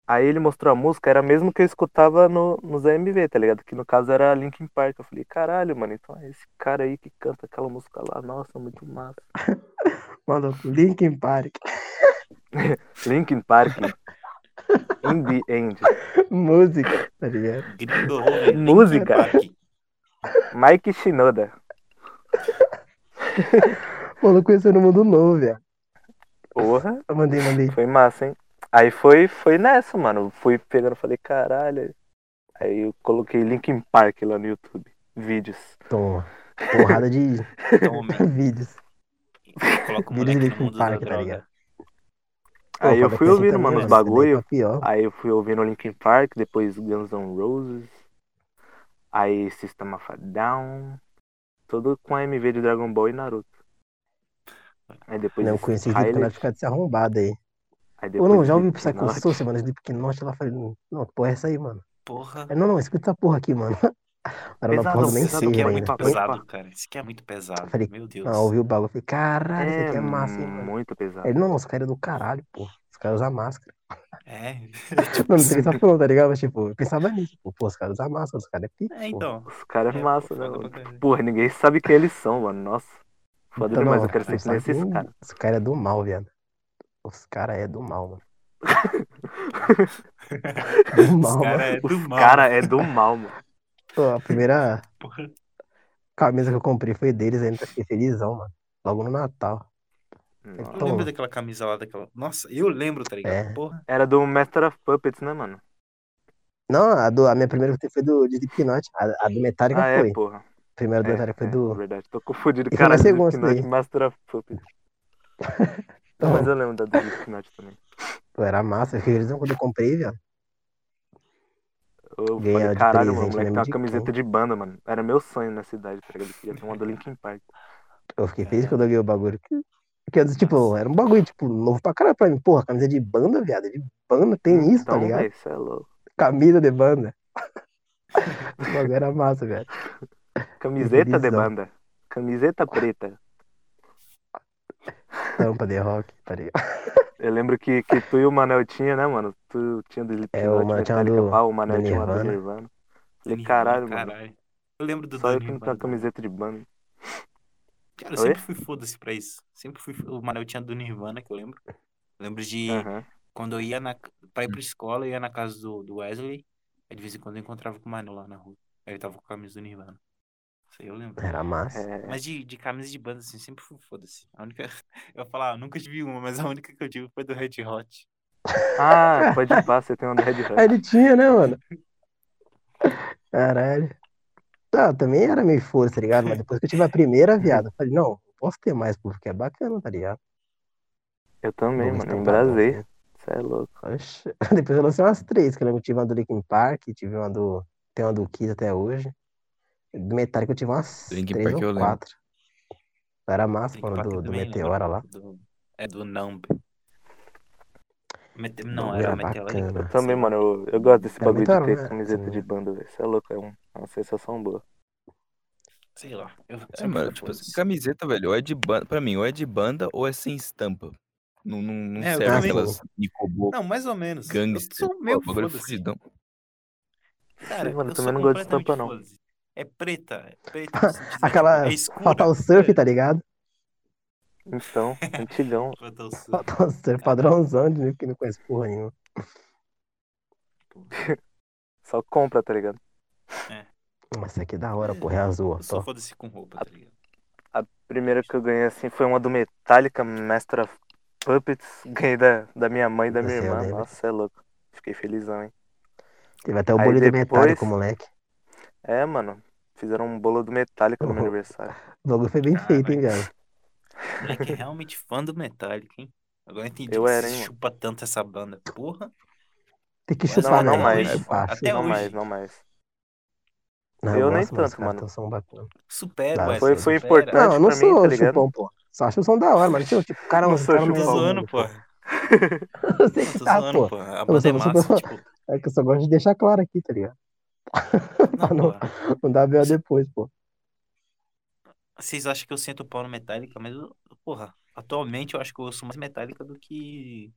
[SPEAKER 1] Aí ele mostrou a música, era a mesma que eu escutava no, nos AMV, tá ligado? Que no caso era Linkin Park. Eu falei, caralho, mano, então é esse cara aí que canta aquela música lá, nossa, muito massa.
[SPEAKER 4] Maluco, Linkin Park.
[SPEAKER 1] Linkin Park. In the end.
[SPEAKER 4] Música, tá ligado?
[SPEAKER 3] Gringo, rolê,
[SPEAKER 1] Música.
[SPEAKER 3] Linkin
[SPEAKER 1] Mike Shinoda.
[SPEAKER 4] Maluco, conheceu no mundo novo, velho.
[SPEAKER 1] Porra,
[SPEAKER 4] Eu Mandei, mandei.
[SPEAKER 1] foi massa, hein? Aí foi, foi nessa, mano. Fui pegando, falei, caralho. Aí eu coloquei Linkin Park lá no YouTube. Vídeos.
[SPEAKER 4] Toma. Porrada de
[SPEAKER 3] Park. Então, homem,
[SPEAKER 4] vídeos.
[SPEAKER 3] coloca
[SPEAKER 4] Vídeos de
[SPEAKER 3] o moleque no
[SPEAKER 4] Linkin
[SPEAKER 3] mundo da
[SPEAKER 4] Park, tá
[SPEAKER 3] droga.
[SPEAKER 4] ligado?
[SPEAKER 1] Aí eu
[SPEAKER 4] Pô,
[SPEAKER 1] fui
[SPEAKER 4] Pateta
[SPEAKER 1] ouvindo,
[SPEAKER 4] também,
[SPEAKER 1] mano, os
[SPEAKER 4] né? Essa daí
[SPEAKER 1] bagulho. Ah,
[SPEAKER 4] tá pior.
[SPEAKER 1] Aí eu fui ouvindo Linkin Park, depois Guns N' Roses. Aí System of a Down. Todo com AMV de Dragon Ball e Naruto. Aí depois
[SPEAKER 4] Não, eu conheci tá esse
[SPEAKER 1] Skyled,
[SPEAKER 4] Slipknot ficar desse arrombado aí.
[SPEAKER 1] aí
[SPEAKER 4] Ou
[SPEAKER 1] depois
[SPEAKER 4] não, já ouvi o
[SPEAKER 1] Slipknot.
[SPEAKER 4] Psycho Soul, semana Slipknot, ela falei, não, que porra é essa aí, mano?
[SPEAKER 3] Porra.
[SPEAKER 4] Aí, não, não, escuta essa porra aqui, mano. Era uma
[SPEAKER 1] Pesado,
[SPEAKER 4] porra do
[SPEAKER 1] não,
[SPEAKER 4] nem
[SPEAKER 1] pesado
[SPEAKER 4] sei
[SPEAKER 3] aqui é
[SPEAKER 1] né,
[SPEAKER 3] muito
[SPEAKER 4] ainda.
[SPEAKER 1] Opa.
[SPEAKER 3] pesado, cara. Isso aqui é muito pesado.
[SPEAKER 4] Falei,
[SPEAKER 3] Meu Deus.
[SPEAKER 4] Não, ouvi o bagulho, eu falei, caralho, isso
[SPEAKER 1] É,
[SPEAKER 4] aqui é massa, hein, mano.
[SPEAKER 1] muito pesado.
[SPEAKER 4] Aí, não, os caras é do caralho, pô. Os caras usam máscara.
[SPEAKER 3] É.
[SPEAKER 1] Tipo,
[SPEAKER 4] Não, não sei se falando, tá ligado? Mas, tipo, eu pensava nisso, tipo, pô, os caras usam máscara, os caras é pico,
[SPEAKER 3] É,
[SPEAKER 4] pô.
[SPEAKER 3] então.
[SPEAKER 1] Os caras é,
[SPEAKER 3] É,
[SPEAKER 1] massa,
[SPEAKER 3] pô,
[SPEAKER 1] né,
[SPEAKER 3] foda
[SPEAKER 1] mano?
[SPEAKER 3] pra caralho.
[SPEAKER 1] Porra, ninguém sabe quem eles são, mano. Nossa, foda
[SPEAKER 4] Então,
[SPEAKER 1] demais.
[SPEAKER 4] não,
[SPEAKER 1] eu quero ser que
[SPEAKER 4] não
[SPEAKER 1] nem
[SPEAKER 4] sabe
[SPEAKER 1] esses
[SPEAKER 4] nem-
[SPEAKER 1] caras.
[SPEAKER 4] Os caras é do mal, viado. Os caras é do mal, mano. do
[SPEAKER 3] Os
[SPEAKER 4] mal,
[SPEAKER 3] cara
[SPEAKER 4] mano.
[SPEAKER 3] é do mal.
[SPEAKER 1] Cara, é do mal, mano.
[SPEAKER 4] Pô, a primeira
[SPEAKER 3] Porra.
[SPEAKER 4] camisa que eu comprei foi deles, ainda fiquei felizão, mano. Logo no Natal.
[SPEAKER 1] Nossa.
[SPEAKER 3] Eu
[SPEAKER 4] Toma.
[SPEAKER 3] lembro daquela camisa lá, daquela. Nossa, eu lembro, tá ligado?
[SPEAKER 4] É.
[SPEAKER 3] Porra.
[SPEAKER 1] Era do Master of Puppets, né, mano?
[SPEAKER 4] Não, a, do, a minha primeira que eu tenho foi do de Slipknot. A, a do Metallica
[SPEAKER 1] ah,
[SPEAKER 4] foi.
[SPEAKER 1] é, porra.
[SPEAKER 4] a primeira do
[SPEAKER 1] É,
[SPEAKER 4] Metallica foi
[SPEAKER 1] é,
[SPEAKER 4] do.
[SPEAKER 1] verdade, tô confundido.
[SPEAKER 4] E foi
[SPEAKER 1] Cara,
[SPEAKER 4] na segunda isso
[SPEAKER 1] Slipknot
[SPEAKER 4] daí.
[SPEAKER 1] Master of Puppets.
[SPEAKER 4] Então,
[SPEAKER 1] Mas eu lembro da do Slipknot também.
[SPEAKER 4] pô, era massa. Eu fiquei feliz quando eu comprei, viado.
[SPEAKER 1] Eu
[SPEAKER 4] Ganhar
[SPEAKER 1] falei,
[SPEAKER 4] de
[SPEAKER 1] caralho, mano, o
[SPEAKER 4] presente,
[SPEAKER 1] moleque
[SPEAKER 4] lembro
[SPEAKER 1] tem uma
[SPEAKER 4] de
[SPEAKER 1] camiseta
[SPEAKER 4] tudo.
[SPEAKER 1] de banda, mano. Era meu sonho na cidade, tá ligado? Eu queria ter uma do Linkin Park.
[SPEAKER 4] Eu fiquei
[SPEAKER 1] É.
[SPEAKER 4] feliz quando eu ganhei o bagulho. Que- Porque, tipo, era um bagulho, tipo, novo pra caralho pra mim. Porra, camisa de banda, viado. De banda tem isso, tá
[SPEAKER 1] Então,
[SPEAKER 4] ligado?
[SPEAKER 1] véi, cê é louco.
[SPEAKER 4] Camisa de banda. o bagulho era massa, velho. É
[SPEAKER 1] Camiseta de
[SPEAKER 4] Felizão.
[SPEAKER 1] banda. Camiseta preta.
[SPEAKER 4] Tampa de rock, tá ligado?
[SPEAKER 1] Eu lembro que, que tu e o Manel tinha, né, mano? Tu tinha do
[SPEAKER 4] É,
[SPEAKER 1] Slipknot,
[SPEAKER 4] o
[SPEAKER 1] né?
[SPEAKER 4] Manel tinha
[SPEAKER 1] Metallica,
[SPEAKER 4] do-
[SPEAKER 1] pau, o Manel
[SPEAKER 4] do
[SPEAKER 1] tinha uma do
[SPEAKER 4] Nirvana.
[SPEAKER 1] Nirvana. Falei,
[SPEAKER 3] Nirvana,
[SPEAKER 1] caralho, mano.
[SPEAKER 3] caralho. Eu lembro do
[SPEAKER 1] Só eu que não
[SPEAKER 3] Nirvana.
[SPEAKER 1] tenho uma camiseta de banda.
[SPEAKER 3] Cara, eu
[SPEAKER 1] Oi?
[SPEAKER 3] sempre fui foda-se pra isso. Sempre fui. O Manel tinha do Nirvana, que eu lembro. Eu lembro de
[SPEAKER 1] Aham.
[SPEAKER 3] quando eu ia na. Pra ir pra escola, eu ia na casa do, do Wesley. Aí de vez em quando eu encontrava com o Manel lá na rua. Aí ele tava com a camisa do Nirvana. Isso aí eu lembro.
[SPEAKER 4] Era massa.
[SPEAKER 1] É,
[SPEAKER 3] Mas de, de camisa de banda, assim, sempre fui foda-se. A única. Eu ia falar, ah, eu nunca tive uma, mas a única que eu tive foi do Red Hot.
[SPEAKER 1] Ah, pode ir pá, você tem uma do Red
[SPEAKER 3] É.
[SPEAKER 4] Ah,
[SPEAKER 1] Hot.
[SPEAKER 4] Ele tinha, né, mano? Caralho. Tá, também era meio força, tá ligado? Mas depois que eu tive a primeira, viado, eu falei, não, não posso ter mais, pô, porque é bacana, tá ligado?
[SPEAKER 1] Eu também,
[SPEAKER 4] Vamos
[SPEAKER 3] é
[SPEAKER 1] mano. é
[SPEAKER 3] um
[SPEAKER 1] Em
[SPEAKER 4] tampar,
[SPEAKER 1] Brasília.
[SPEAKER 4] assim.
[SPEAKER 1] Você é louco.
[SPEAKER 4] Oxe. Depois eu lancei umas três, que eu lembro que tive uma do Linkin Park, tive uma do. Tem uma do Kiss até hoje. Do Metallica eu tive umas
[SPEAKER 2] Linkin
[SPEAKER 4] três
[SPEAKER 2] Park eu
[SPEAKER 4] ou
[SPEAKER 2] lembro.
[SPEAKER 4] quatro. Era massa,
[SPEAKER 3] Linkin
[SPEAKER 4] mano, do,
[SPEAKER 3] Park
[SPEAKER 4] do
[SPEAKER 3] Assim, também, lembra?
[SPEAKER 4] Meteora lá.
[SPEAKER 3] Do- é do Numb. Mete- Não,
[SPEAKER 4] Bagulho
[SPEAKER 3] era
[SPEAKER 4] era
[SPEAKER 3] Metallica.
[SPEAKER 4] bacana.
[SPEAKER 1] Eu também, mano. Eu, eu gosto desse
[SPEAKER 4] É
[SPEAKER 1] bagulho de
[SPEAKER 4] muito
[SPEAKER 1] ter
[SPEAKER 4] aromático,
[SPEAKER 1] camiseta de
[SPEAKER 4] né?
[SPEAKER 1] banda, velho. Você é louco, é um- é uma sensação boa.
[SPEAKER 3] Sei lá. Eu
[SPEAKER 2] É,
[SPEAKER 3] sempre
[SPEAKER 2] mano,
[SPEAKER 3] fui
[SPEAKER 2] tipo, assim,
[SPEAKER 3] foda-se.
[SPEAKER 2] camiseta, velho, ou é de banda. Pra mim, ou é de banda ou é sem estampa. Não, não, não
[SPEAKER 3] É, eu
[SPEAKER 2] serve
[SPEAKER 4] também.
[SPEAKER 2] aquelas Nicobo,
[SPEAKER 3] Não, mais ou menos.
[SPEAKER 2] gangster.
[SPEAKER 3] Eu sou meio
[SPEAKER 2] pô, bagulho
[SPEAKER 3] foda-se.
[SPEAKER 2] fudidão.
[SPEAKER 3] Cara,
[SPEAKER 1] Sim, mano, também
[SPEAKER 3] eu sou
[SPEAKER 1] não gosto de
[SPEAKER 3] completamente
[SPEAKER 1] estampa, não.
[SPEAKER 3] foda-se. É preta, é preta. no sentido de,
[SPEAKER 4] Aquela
[SPEAKER 3] tipo, É escura.
[SPEAKER 4] Fatal Surf, tá ligado?
[SPEAKER 1] Então, antigão.
[SPEAKER 3] Fatal Surf.
[SPEAKER 4] Fatal Surf, Tá, padrãozão, de que não conhece porra nenhuma.
[SPEAKER 1] Só compra, tá ligado?
[SPEAKER 4] Mas isso aqui é da hora, porra, é azul, ó.
[SPEAKER 3] Eu sou
[SPEAKER 4] Só...
[SPEAKER 3] foda-se com roupa, tá ligado?
[SPEAKER 1] Primeira que eu ganhei, assim, foi uma do Metallica, Master of Puppets. Ganhei da, da minha mãe e da minha
[SPEAKER 4] Você
[SPEAKER 1] irmã.
[SPEAKER 4] lembra?
[SPEAKER 1] Nossa, você é louco. Fiquei felizão, hein?
[SPEAKER 4] Teve até o
[SPEAKER 1] Aí
[SPEAKER 4] bolinho do
[SPEAKER 1] depois-
[SPEAKER 4] Metallica, moleque.
[SPEAKER 1] É, mano. Fizeram um bolo do Metallica no meu
[SPEAKER 4] Oh.
[SPEAKER 1] aniversário.
[SPEAKER 4] O bagulho foi bem
[SPEAKER 1] Ah,
[SPEAKER 3] Caralho.
[SPEAKER 4] feito, hein, velho?
[SPEAKER 3] O moleque é realmente fã do Metallica, hein? Agora eu entendi
[SPEAKER 1] Eu
[SPEAKER 3] que
[SPEAKER 1] era,
[SPEAKER 3] você
[SPEAKER 1] hein,
[SPEAKER 3] chupa tanto essa banda. Porra.
[SPEAKER 4] Tem que
[SPEAKER 3] Mas não,
[SPEAKER 4] chupar,
[SPEAKER 1] não
[SPEAKER 4] né?
[SPEAKER 1] mais.
[SPEAKER 4] Tem que Chupar,
[SPEAKER 3] Até
[SPEAKER 4] chupar.
[SPEAKER 1] não
[SPEAKER 3] hoje.
[SPEAKER 1] mais, não mais.
[SPEAKER 4] Não,
[SPEAKER 1] eu nem
[SPEAKER 4] gosto, mas os
[SPEAKER 1] tanto,
[SPEAKER 4] caras
[SPEAKER 1] mano.
[SPEAKER 4] tão som bacana.
[SPEAKER 3] Supera,
[SPEAKER 4] Tá,
[SPEAKER 3] Wesley.
[SPEAKER 1] foi- foi
[SPEAKER 3] supera.
[SPEAKER 1] importante.
[SPEAKER 4] Não, eu não
[SPEAKER 1] pra mim,
[SPEAKER 4] sou
[SPEAKER 1] tá ligado?
[SPEAKER 4] chupão, pô. Só acho o som da hora, mas tipo, tipo, o cara,
[SPEAKER 1] Não
[SPEAKER 4] os
[SPEAKER 1] sou
[SPEAKER 4] caras
[SPEAKER 3] Tô
[SPEAKER 4] não
[SPEAKER 1] chupão.
[SPEAKER 4] é
[SPEAKER 3] zoando,
[SPEAKER 4] mundo,
[SPEAKER 3] pô.
[SPEAKER 4] Eu sei que
[SPEAKER 3] Tô
[SPEAKER 1] Ah,
[SPEAKER 4] tá,
[SPEAKER 3] zoando,
[SPEAKER 4] pô.
[SPEAKER 3] pô. A banda
[SPEAKER 4] sou
[SPEAKER 3] é
[SPEAKER 4] super
[SPEAKER 3] massa,
[SPEAKER 4] fã.
[SPEAKER 3] tipo.
[SPEAKER 4] É que eu só gosto de deixar claro aqui, tá ligado?
[SPEAKER 3] Não,
[SPEAKER 1] Ah,
[SPEAKER 4] Pra não,
[SPEAKER 3] pô.
[SPEAKER 4] não dar B.O. depois, pô.
[SPEAKER 3] Vocês acham que eu sinto pau no Metallica, mas, eu- porra, atualmente eu acho que eu ouço mais Metallica do que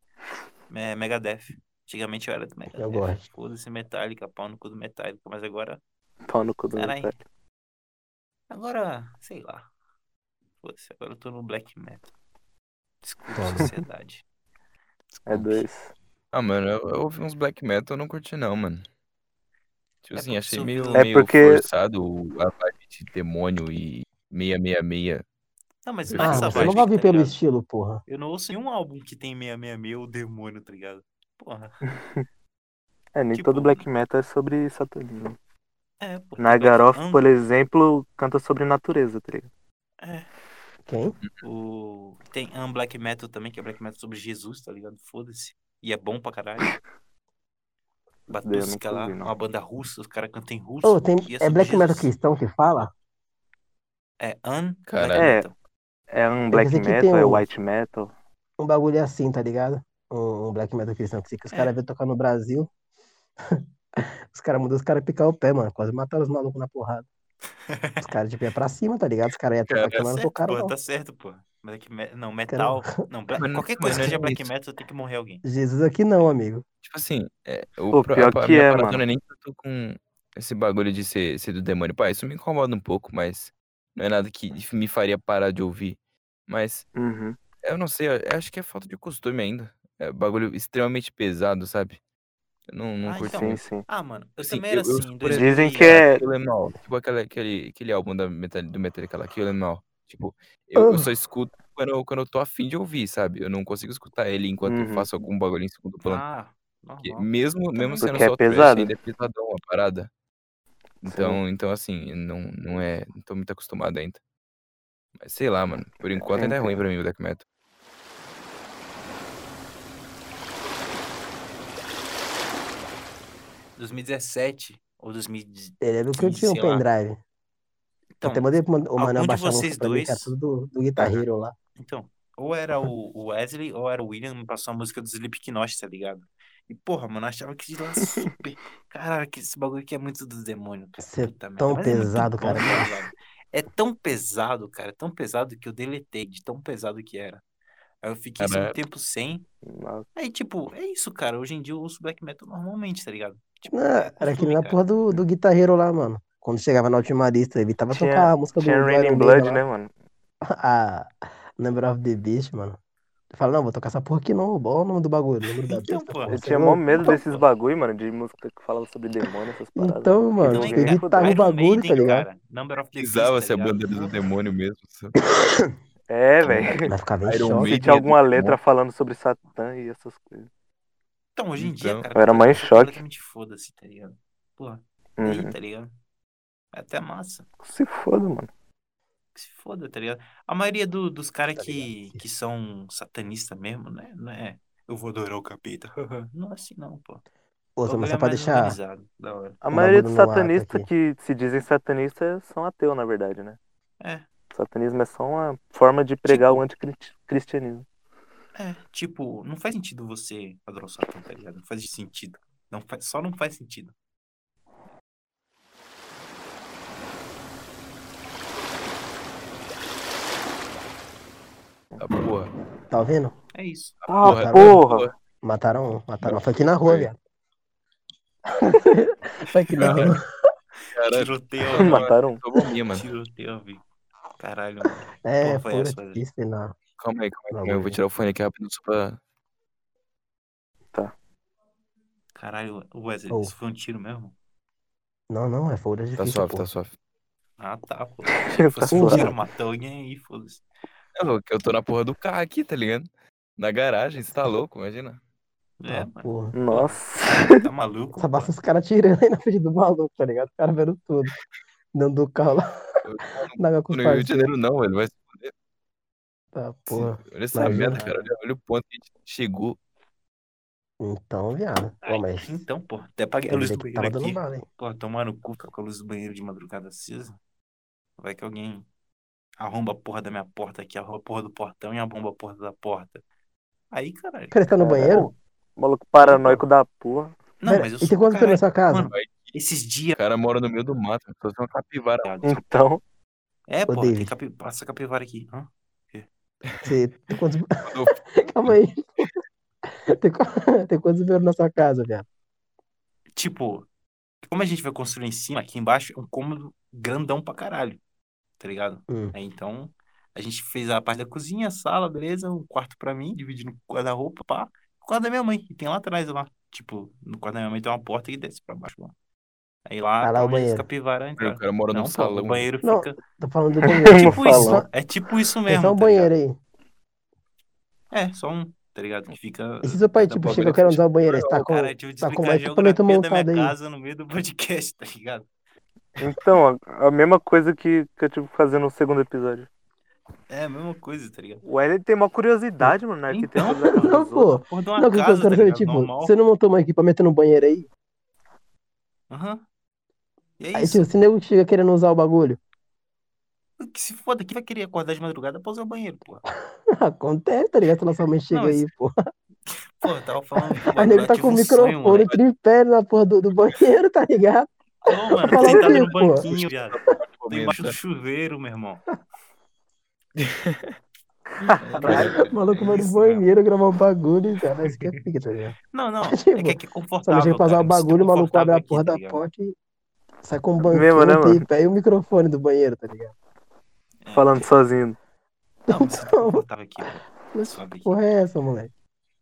[SPEAKER 3] é, Megadeth. Antigamente eu era do Megadeth.
[SPEAKER 4] gosto.
[SPEAKER 3] Foda-se Metallica, pau no cu do Metallica, mas agora,
[SPEAKER 1] Pau no cu do
[SPEAKER 3] Caralho.
[SPEAKER 1] Metallica.
[SPEAKER 3] agora, sei lá. Foda-se, agora eu tô no Black Metal. Desculpa,
[SPEAKER 4] Toma.
[SPEAKER 3] sociedade.
[SPEAKER 1] É dois.
[SPEAKER 2] Ah, mano, eu, eu ouvi uns black metal, eu não curti não, mano. Tipo
[SPEAKER 3] É
[SPEAKER 2] assim,
[SPEAKER 3] porque
[SPEAKER 2] achei
[SPEAKER 3] você
[SPEAKER 2] meio,
[SPEAKER 3] ouviu-
[SPEAKER 1] É
[SPEAKER 2] meio
[SPEAKER 1] porque-
[SPEAKER 2] forçado o- a vibe de demônio e 666.
[SPEAKER 3] Não, mas não é
[SPEAKER 4] Ah,
[SPEAKER 3] essa
[SPEAKER 4] mas você
[SPEAKER 3] vibe,
[SPEAKER 4] não vai vir
[SPEAKER 3] tá
[SPEAKER 4] pelo
[SPEAKER 3] ligado?
[SPEAKER 4] estilo, porra.
[SPEAKER 3] Eu não ouço nenhum álbum que tem 666 ou demônio, tá ligado? Porra,
[SPEAKER 1] É, nem
[SPEAKER 3] Tipo-
[SPEAKER 1] todo black metal é sobre satanismo.
[SPEAKER 3] é, porra.
[SPEAKER 1] Na Garof,
[SPEAKER 3] Black
[SPEAKER 1] por
[SPEAKER 3] Amber,
[SPEAKER 1] exemplo, canta sobre natureza, tá ligado?
[SPEAKER 4] Quem?
[SPEAKER 3] o... Tem um Black Metal também, que é Black Metal sobre Jesus, tá ligado? Foda-se. E é bom pra caralho.
[SPEAKER 1] Daí eu não
[SPEAKER 3] Batuska lá,
[SPEAKER 1] ouvi, não.
[SPEAKER 3] uma banda russa, os caras cantam em russo.
[SPEAKER 4] Ô, tem...
[SPEAKER 3] e
[SPEAKER 4] É
[SPEAKER 3] sobre
[SPEAKER 4] Black Metal
[SPEAKER 3] Jesus.
[SPEAKER 4] Cristão que fala?
[SPEAKER 3] É, An Black
[SPEAKER 2] Caralho.
[SPEAKER 1] É.
[SPEAKER 3] Metal.
[SPEAKER 1] É um black
[SPEAKER 4] pensei que tem
[SPEAKER 1] metal, é
[SPEAKER 4] um-
[SPEAKER 1] white metal.
[SPEAKER 4] Um bagulho é assim, tá ligado? Um, um Black Metal Cristão que, se- que os
[SPEAKER 3] É.
[SPEAKER 4] caras vêm tocar no Brasil. Os caras mudam os caras picar o pé, mano. Quase mataram os malucos na porrada. Os caras tipo, ia pra cima, tá ligado? Os caras iam tocar
[SPEAKER 2] Cara,
[SPEAKER 4] aqui, mas não
[SPEAKER 3] certo,
[SPEAKER 4] tocaram,
[SPEAKER 3] pô,
[SPEAKER 4] não.
[SPEAKER 3] tá certo, pô. Black me... Não, metal. Não, bla-
[SPEAKER 2] Mas não-
[SPEAKER 3] qualquer
[SPEAKER 2] mas não
[SPEAKER 3] coisa que
[SPEAKER 2] é
[SPEAKER 3] seja Black
[SPEAKER 2] isso.
[SPEAKER 3] Metal tem que morrer alguém.
[SPEAKER 4] Jesus aqui não, amigo.
[SPEAKER 2] Tipo assim, é, o,
[SPEAKER 1] Pô,
[SPEAKER 2] pro-
[SPEAKER 1] pior
[SPEAKER 2] a, a
[SPEAKER 1] que
[SPEAKER 2] minha
[SPEAKER 1] é,
[SPEAKER 2] parada
[SPEAKER 1] mano.
[SPEAKER 2] não é nem que eu tô com esse bagulho de ser, ser do demônio. Pá, isso me incomoda um pouco, mas não é nada que me faria parar de ouvir. Mas
[SPEAKER 1] Uhum.
[SPEAKER 2] eu não sei, eu acho que é falta de costume ainda. É bagulho extremamente pesado, sabe? Eu não, não
[SPEAKER 3] Ah,
[SPEAKER 2] curti
[SPEAKER 3] então,
[SPEAKER 1] Sim,
[SPEAKER 2] muito.
[SPEAKER 1] sim.
[SPEAKER 3] Ah, mano, eu
[SPEAKER 2] Assim,
[SPEAKER 3] também era
[SPEAKER 2] eu- eu
[SPEAKER 3] assim. em
[SPEAKER 2] por
[SPEAKER 3] 2000
[SPEAKER 1] Dizem
[SPEAKER 3] e-
[SPEAKER 1] que é.
[SPEAKER 2] Eu lembro
[SPEAKER 1] Ah.
[SPEAKER 2] mal. Tipo aquele, aquele, aquele álbum da Metal, do Metallica lá, que eu lembro mal. Tipo, eu, eu só escuto quando eu, quando eu tô afim de ouvir, sabe? Eu não consigo escutar ele enquanto eu
[SPEAKER 1] Uhum.
[SPEAKER 2] faço algum bagulho em segundo plano.
[SPEAKER 3] Ah,
[SPEAKER 2] Porque
[SPEAKER 3] normal.
[SPEAKER 2] mesmo, mesmo sendo
[SPEAKER 1] Porque é
[SPEAKER 2] só trash,
[SPEAKER 1] pesado.
[SPEAKER 2] ainda é pesadão a parada. Então, então assim, não, não é. Não tô muito acostumado ainda. Mas sei lá, mano. Por enquanto ainda é
[SPEAKER 3] então.
[SPEAKER 2] ruim pra mim o Death Metal.
[SPEAKER 3] Sim. 2017 ou 2010.
[SPEAKER 4] Ele é do que eu tinha um
[SPEAKER 3] Sei lá.
[SPEAKER 4] pendrive.
[SPEAKER 3] Então,
[SPEAKER 4] Até mandei pro Man- o Manel
[SPEAKER 3] algum de
[SPEAKER 4] baixar
[SPEAKER 3] vocês
[SPEAKER 4] pra mim, que era
[SPEAKER 3] dois?
[SPEAKER 4] tudo do, do Guitar Hero lá.
[SPEAKER 3] então, ou era o o Wesley ou era o William, me passou a música do Slipknot, tá ligado? E porra, mano, eu achava que de lá super. Caralho, que esse bagulho aqui é muito do demônio, cara.
[SPEAKER 4] Cê é
[SPEAKER 3] Puta merda,
[SPEAKER 4] tão
[SPEAKER 3] mas é muito
[SPEAKER 4] pesado,
[SPEAKER 3] bom,
[SPEAKER 4] cara.
[SPEAKER 3] tá ligado? É tão pesado, cara, é tão pesado que eu deletei, de tão pesado que era. Aí eu fiquei assim, um
[SPEAKER 2] Caralho.
[SPEAKER 3] tempo sem.
[SPEAKER 1] Nossa,
[SPEAKER 4] Tá
[SPEAKER 3] Aí, tipo, é isso, cara. Hoje em dia eu uso black metal normalmente, tá ligado? Tipo,
[SPEAKER 4] Não,
[SPEAKER 3] é
[SPEAKER 4] era aquele
[SPEAKER 3] costume,
[SPEAKER 4] na
[SPEAKER 3] cara.
[SPEAKER 4] porra do, do Guitar Hero lá, mano. Quando chegava na última lista, ele tava
[SPEAKER 1] Tinha-
[SPEAKER 4] tocar a música do
[SPEAKER 1] tinha Raining
[SPEAKER 4] Iron Maiden
[SPEAKER 1] Blood,
[SPEAKER 4] lá.
[SPEAKER 1] né, mano?
[SPEAKER 4] a Number of the Beast, mano. Eu falo, não, vou tocar essa porra aqui não, bom o nome do bagulho, número da
[SPEAKER 3] Então,
[SPEAKER 4] besta,
[SPEAKER 3] porra.
[SPEAKER 4] porra,
[SPEAKER 1] Eu
[SPEAKER 4] sei
[SPEAKER 1] tinha
[SPEAKER 4] lá.
[SPEAKER 1] mó medo
[SPEAKER 4] tá Então,
[SPEAKER 1] desses bagulho, mano, de música que falava sobre demônio, essas paradas.
[SPEAKER 4] Então, mano,
[SPEAKER 1] Não,
[SPEAKER 3] é,
[SPEAKER 4] eu
[SPEAKER 1] cara,
[SPEAKER 4] editava o
[SPEAKER 3] Iron
[SPEAKER 4] bagulho, tá
[SPEAKER 3] Maiden,
[SPEAKER 4] ligado?
[SPEAKER 3] cara. Number of the Beast,
[SPEAKER 2] Precisava
[SPEAKER 3] tá
[SPEAKER 2] ser a
[SPEAKER 3] ligado?
[SPEAKER 2] bandeira do demônio mesmo. sabe?
[SPEAKER 1] É, velho.
[SPEAKER 4] Mas ficava em
[SPEAKER 2] Iron
[SPEAKER 4] choque.
[SPEAKER 2] Maiden.
[SPEAKER 1] Se tinha
[SPEAKER 2] é
[SPEAKER 1] alguma
[SPEAKER 2] do
[SPEAKER 1] letra falando sobre Satã e essas coisas.
[SPEAKER 3] Então, hoje em dia,
[SPEAKER 2] Então.
[SPEAKER 3] cara, é
[SPEAKER 1] Eu era
[SPEAKER 3] tô-
[SPEAKER 1] mais
[SPEAKER 3] tô
[SPEAKER 1] choque.
[SPEAKER 3] completamente foda-se, tá ligado? Porra, e aí,
[SPEAKER 1] Uhum.
[SPEAKER 3] tá ligado? É até massa.
[SPEAKER 1] Se foda, mano.
[SPEAKER 3] Que se foda, tá ligado? A maioria do- dos caras
[SPEAKER 4] Tá
[SPEAKER 3] que,
[SPEAKER 4] ligado?
[SPEAKER 3] que são satanistas mesmo, né? Não é. Eu vou adorar o capeta. Não é assim, não, pô.
[SPEAKER 4] Outra,
[SPEAKER 3] bagulho
[SPEAKER 4] mas
[SPEAKER 3] é
[SPEAKER 4] só pra
[SPEAKER 3] mais
[SPEAKER 4] deixar.
[SPEAKER 3] organizado, da hora.
[SPEAKER 1] A
[SPEAKER 4] Um
[SPEAKER 1] maioria
[SPEAKER 4] bagulho
[SPEAKER 1] dos
[SPEAKER 4] no ato
[SPEAKER 1] satanistas
[SPEAKER 4] aqui.
[SPEAKER 1] que se dizem satanistas são ateus, na verdade, né?
[SPEAKER 3] É.
[SPEAKER 1] Satanismo é só uma forma de pregar
[SPEAKER 4] Tipo-
[SPEAKER 1] o anticristianismo.
[SPEAKER 3] É, tipo, não faz sentido você adorar o Satã, tá ligado? Não faz sentido. Não faz, só não faz sentido.
[SPEAKER 2] Tá porra.
[SPEAKER 4] Tá ouvindo?
[SPEAKER 3] É isso.
[SPEAKER 1] Ah,
[SPEAKER 4] porra.
[SPEAKER 1] porra!
[SPEAKER 4] Mataram um, mataram um.
[SPEAKER 2] Não,
[SPEAKER 4] Foi aqui na rua,
[SPEAKER 2] foi.
[SPEAKER 4] viado. Foi aqui na rua.
[SPEAKER 2] Caralho.
[SPEAKER 3] Tiroteio,
[SPEAKER 2] Não,
[SPEAKER 1] Mataram um.
[SPEAKER 2] Tomou minha, mano.
[SPEAKER 3] tiroteio, vi. Caralho, mano.
[SPEAKER 4] É,
[SPEAKER 3] Porra, foi
[SPEAKER 4] pura
[SPEAKER 3] essa, velho.
[SPEAKER 4] pista, não.
[SPEAKER 2] Calma aí, calma aí, calma aí. Eu vou tirar o fone aqui rapidinho só pra.
[SPEAKER 3] Caralho, Wesley,
[SPEAKER 4] Oh.
[SPEAKER 3] isso foi um tiro mesmo?
[SPEAKER 4] Não, não, é fora
[SPEAKER 2] Tá
[SPEAKER 4] difícil,
[SPEAKER 2] suave,
[SPEAKER 4] pô.
[SPEAKER 2] tá suave.
[SPEAKER 3] Ah, tá, pô.
[SPEAKER 1] Tá
[SPEAKER 3] Se fosse um
[SPEAKER 4] suave.
[SPEAKER 3] tiro, matou alguém aí, foda-se.
[SPEAKER 2] É louco, eu tô na porra do carro aqui, tá ligado? Na garagem, você tá louco, imagina.
[SPEAKER 3] É,
[SPEAKER 4] Ah,
[SPEAKER 3] mano.
[SPEAKER 4] porra.
[SPEAKER 1] Nossa.
[SPEAKER 3] Tá maluco?
[SPEAKER 4] Só
[SPEAKER 3] pô?
[SPEAKER 4] basta os caras tirando aí na frente do maluco, tá ligado? Os caras vendo tudo. Dando do carro lá
[SPEAKER 2] Eu
[SPEAKER 4] na água
[SPEAKER 2] tô
[SPEAKER 4] com
[SPEAKER 2] no
[SPEAKER 4] os
[SPEAKER 2] Rio de
[SPEAKER 4] parceiros.
[SPEAKER 2] Janeiro não, ele vai se fuder.
[SPEAKER 4] Tá, porra.
[SPEAKER 2] Olha essa
[SPEAKER 4] Imagina.
[SPEAKER 2] merda, cara. Olha, olha o ponto que a gente chegou.
[SPEAKER 4] Então, viado. Pô,
[SPEAKER 3] Ai,
[SPEAKER 4] mas
[SPEAKER 3] Então, pô, até apaguei a
[SPEAKER 4] ele
[SPEAKER 3] luz
[SPEAKER 4] vê
[SPEAKER 3] do
[SPEAKER 4] que
[SPEAKER 3] banheiro
[SPEAKER 4] tava dando
[SPEAKER 3] aqui.
[SPEAKER 4] bala, hein?
[SPEAKER 3] Pô, tomar no cu ficar com a luz do banheiro de madrugada acesa. Vai que alguém arromba a porra da minha porta aqui, arromba a porra do portão e arromba a porra da porta. Aí, caralho.
[SPEAKER 4] O cara tá no banheiro?
[SPEAKER 1] Maluco paranoico da porra.
[SPEAKER 3] Não,
[SPEAKER 4] Pera,
[SPEAKER 3] mas eu
[SPEAKER 4] e
[SPEAKER 3] sou. um
[SPEAKER 4] tem quantos
[SPEAKER 3] caralho,
[SPEAKER 4] pela sua casa?
[SPEAKER 3] Mano,
[SPEAKER 2] Vai.
[SPEAKER 3] esses
[SPEAKER 2] O
[SPEAKER 3] dias.
[SPEAKER 2] cara mora no meio do mato, só tem uma capivara.
[SPEAKER 3] viado.
[SPEAKER 1] Então,
[SPEAKER 3] É, porra, tem
[SPEAKER 4] David.
[SPEAKER 3] capi... passa capivara aqui. Hã?
[SPEAKER 4] Você tem quantos... Calma aí. Tem, qu- tem quantos banheiros na sua casa, viado?
[SPEAKER 3] Tipo, como a gente vai construir em cima, aqui embaixo é um cômodo grandão pra caralho. Tá ligado?
[SPEAKER 4] Hum.
[SPEAKER 3] Aí, então, a gente fez a parte da cozinha, a sala, beleza, um quarto pra mim, dividindo o guarda-roupa, pá. O quarto da minha mãe, que tem lá atrás, lá. Tipo, no quarto da minha mãe tem uma porta que desce pra baixo, lá. Aí lá,
[SPEAKER 4] Ah, lá
[SPEAKER 3] tá
[SPEAKER 4] o
[SPEAKER 3] onde as
[SPEAKER 4] banheiro.
[SPEAKER 3] capivaras
[SPEAKER 2] O
[SPEAKER 3] entraram.
[SPEAKER 2] cara mora
[SPEAKER 3] Não,
[SPEAKER 2] num
[SPEAKER 3] pô,
[SPEAKER 2] salão. né?
[SPEAKER 3] o banheiro
[SPEAKER 4] Não,
[SPEAKER 3] fica...
[SPEAKER 4] Tô falando do banheiro.
[SPEAKER 1] No
[SPEAKER 3] Tipo isso,
[SPEAKER 1] salão.
[SPEAKER 3] é tipo isso
[SPEAKER 4] É
[SPEAKER 3] mesmo,
[SPEAKER 4] só um
[SPEAKER 3] tá ligado?
[SPEAKER 4] banheiro aí.
[SPEAKER 3] É, só um, tá ligado? Que fica.
[SPEAKER 4] E se seu pai,
[SPEAKER 3] da
[SPEAKER 4] tipo,
[SPEAKER 3] boa
[SPEAKER 4] chega, eu
[SPEAKER 3] grande
[SPEAKER 4] quero
[SPEAKER 3] frente.
[SPEAKER 4] usar o banheiro aí, você tá com...
[SPEAKER 3] é Cara, deixa eu
[SPEAKER 4] tá com
[SPEAKER 3] desligar
[SPEAKER 4] mais
[SPEAKER 3] a
[SPEAKER 4] equipamento
[SPEAKER 3] geografia da minha
[SPEAKER 4] montado aí.
[SPEAKER 3] casa no meio do podcast, tá ligado?
[SPEAKER 1] então, a, a mesma coisa que, que eu tive que fazer no segundo episódio.
[SPEAKER 3] É a mesma coisa, tá ligado?
[SPEAKER 1] O Wesley tem uma curiosidade, mano, né? na
[SPEAKER 3] Então,
[SPEAKER 1] arquitetura da casa
[SPEAKER 4] Não,
[SPEAKER 1] dos outros.
[SPEAKER 4] pô.
[SPEAKER 3] Porra, de uma
[SPEAKER 4] Não, que eu quero
[SPEAKER 3] casa, tá
[SPEAKER 4] saber,
[SPEAKER 3] ligado?
[SPEAKER 4] tipo,
[SPEAKER 3] Normal.
[SPEAKER 4] você não montou um equipamento no banheiro aí?
[SPEAKER 3] Aham. E é
[SPEAKER 4] Aí,
[SPEAKER 3] isso.
[SPEAKER 4] tipo, se nego chega querendo usar o bagulho,
[SPEAKER 3] Que se foda, quem vai querer acordar de madrugada pra usar o banheiro, porra?
[SPEAKER 4] acontece, tá ligado? Se nossa mãe chega
[SPEAKER 3] Não, mas-
[SPEAKER 4] aí, pô.
[SPEAKER 3] Porra, eu tava falando. que o
[SPEAKER 4] Aí,
[SPEAKER 3] bagulho
[SPEAKER 4] nego tá
[SPEAKER 3] ativa
[SPEAKER 4] com o
[SPEAKER 3] um sonho,
[SPEAKER 4] microfone
[SPEAKER 3] moleque.
[SPEAKER 4] tripé na porra do, do banheiro, tá ligado?
[SPEAKER 3] Ô, mano,
[SPEAKER 4] Tá falando
[SPEAKER 3] sentado
[SPEAKER 4] aqui,
[SPEAKER 3] no
[SPEAKER 4] porra.
[SPEAKER 3] banquinho, viado.
[SPEAKER 2] um
[SPEAKER 3] Tô embaixo do chuveiro, meu irmão.
[SPEAKER 4] O maluco vai
[SPEAKER 3] É
[SPEAKER 4] no
[SPEAKER 3] isso, né?
[SPEAKER 4] banheiro gravar um bagulho, cara. Isso que é pique, tá ligado?
[SPEAKER 3] Não, não.
[SPEAKER 4] Tipo,
[SPEAKER 3] É que aqui é
[SPEAKER 4] Só
[SPEAKER 3] confortável.
[SPEAKER 4] deixa ele passar
[SPEAKER 3] cara,
[SPEAKER 4] o
[SPEAKER 3] me sinto
[SPEAKER 4] um bagulho, o maluco abre
[SPEAKER 3] confortável
[SPEAKER 4] a porra
[SPEAKER 3] aqui, tá
[SPEAKER 4] da
[SPEAKER 3] ligado?
[SPEAKER 4] porta e sai com um banquinho,
[SPEAKER 1] Mesmo, né, mano?
[SPEAKER 4] um tripé e o microfone do banheiro, tá ligado?
[SPEAKER 1] Falando sozinho.
[SPEAKER 3] Não, me sinto confortável aqui, pô. Suave aqui.
[SPEAKER 4] Porra, é essa, moleque?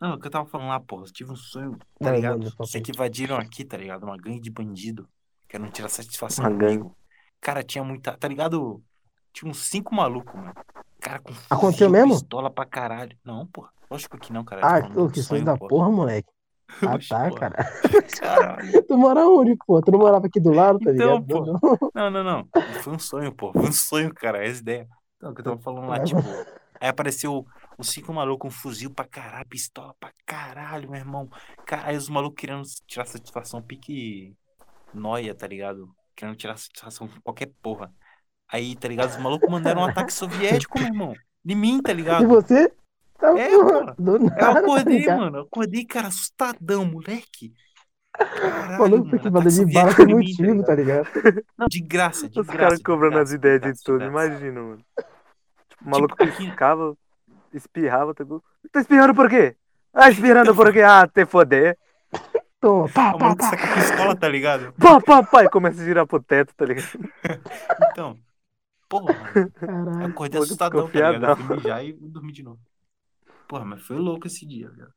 [SPEAKER 3] Não, o que eu tava falando lá, pô, eu tive um sonho, tá
[SPEAKER 4] Vai,
[SPEAKER 3] ligado?
[SPEAKER 4] manda, papo
[SPEAKER 3] Sei
[SPEAKER 4] aí.
[SPEAKER 3] que invadiram aqui, tá ligado? Uma gangue de bandido, que não tirar satisfação
[SPEAKER 1] Uma gangue.
[SPEAKER 3] comigo. Cara, tinha muita, tá ligado? Tinha uns cinco malucos, mano. Cara, com fuzil,
[SPEAKER 4] Aconteceu mesmo?
[SPEAKER 3] pistola pra caralho. Não, porra. Lógico que não, caralho.
[SPEAKER 4] Ah,
[SPEAKER 3] Tô falando
[SPEAKER 4] ô,
[SPEAKER 3] de
[SPEAKER 4] que
[SPEAKER 3] sonho,
[SPEAKER 4] sonho da
[SPEAKER 3] pô.
[SPEAKER 4] porra, moleque. Ah,
[SPEAKER 3] Oxe,
[SPEAKER 4] tá,
[SPEAKER 3] porra.
[SPEAKER 4] cara.
[SPEAKER 3] Caralho.
[SPEAKER 4] Tu mora onde, pô? Tu não morava aqui do lado, tá
[SPEAKER 3] Então,
[SPEAKER 4] ligado?
[SPEAKER 3] Não, não, não. Foi um sonho, pô. Foi um sonho, cara. Essa ideia. Não, que eu tava falando lá, tipo. Aí apareceu os cinco malucos com um fuzil pra caralho, pistola pra caralho, meu irmão. Cara, aí os malucos querendo tirar satisfação, pique noia, tá ligado? Querendo tirar satisfação com qualquer porra. Aí, tá ligado? Os malucos mandaram um ataque soviético, meu irmão. De mim, tá
[SPEAKER 4] E
[SPEAKER 3] ligado?
[SPEAKER 4] você? Tá,
[SPEAKER 3] É,
[SPEAKER 4] porra,
[SPEAKER 3] pô.
[SPEAKER 4] do nada,
[SPEAKER 3] Eu
[SPEAKER 4] tá
[SPEAKER 3] acordei,
[SPEAKER 4] ligado?
[SPEAKER 3] mano. Eu acordei, cara, assustadão, moleque. Caralho,
[SPEAKER 4] Maluco,
[SPEAKER 3] mano,
[SPEAKER 4] porque manda
[SPEAKER 3] ataque
[SPEAKER 4] de bala
[SPEAKER 3] soviético
[SPEAKER 4] sem
[SPEAKER 3] em mim, tá
[SPEAKER 4] motivo,
[SPEAKER 3] ligado?
[SPEAKER 4] tá ligado?
[SPEAKER 3] Não, de graça, de
[SPEAKER 1] Os
[SPEAKER 3] graça.
[SPEAKER 1] caras
[SPEAKER 3] de
[SPEAKER 1] cobrando
[SPEAKER 3] graça,
[SPEAKER 1] as ideias
[SPEAKER 3] graça,
[SPEAKER 1] de tudo,
[SPEAKER 3] graça.
[SPEAKER 1] imagina, mano. Tipo, o maluco
[SPEAKER 3] Tipo, aqui-
[SPEAKER 1] piscava, espirrava, tudo. Tá espirrando por quê? Ah, espirrando por quê? Ah, te foder.
[SPEAKER 4] Toma, pá, pá,
[SPEAKER 3] O maluco
[SPEAKER 4] pá.
[SPEAKER 3] saca a pistola, tá ligado?
[SPEAKER 1] Pá, pá, pá, e começa a girar pro teto, tá ligado?
[SPEAKER 3] Então, porra, mano, eu
[SPEAKER 4] Caralho.
[SPEAKER 3] acordei
[SPEAKER 1] Maluco
[SPEAKER 3] assustadão, tá
[SPEAKER 1] ficou
[SPEAKER 3] ligado? Eu fui mijar e dormi de novo. Porra, mas foi louco esse dia, velho.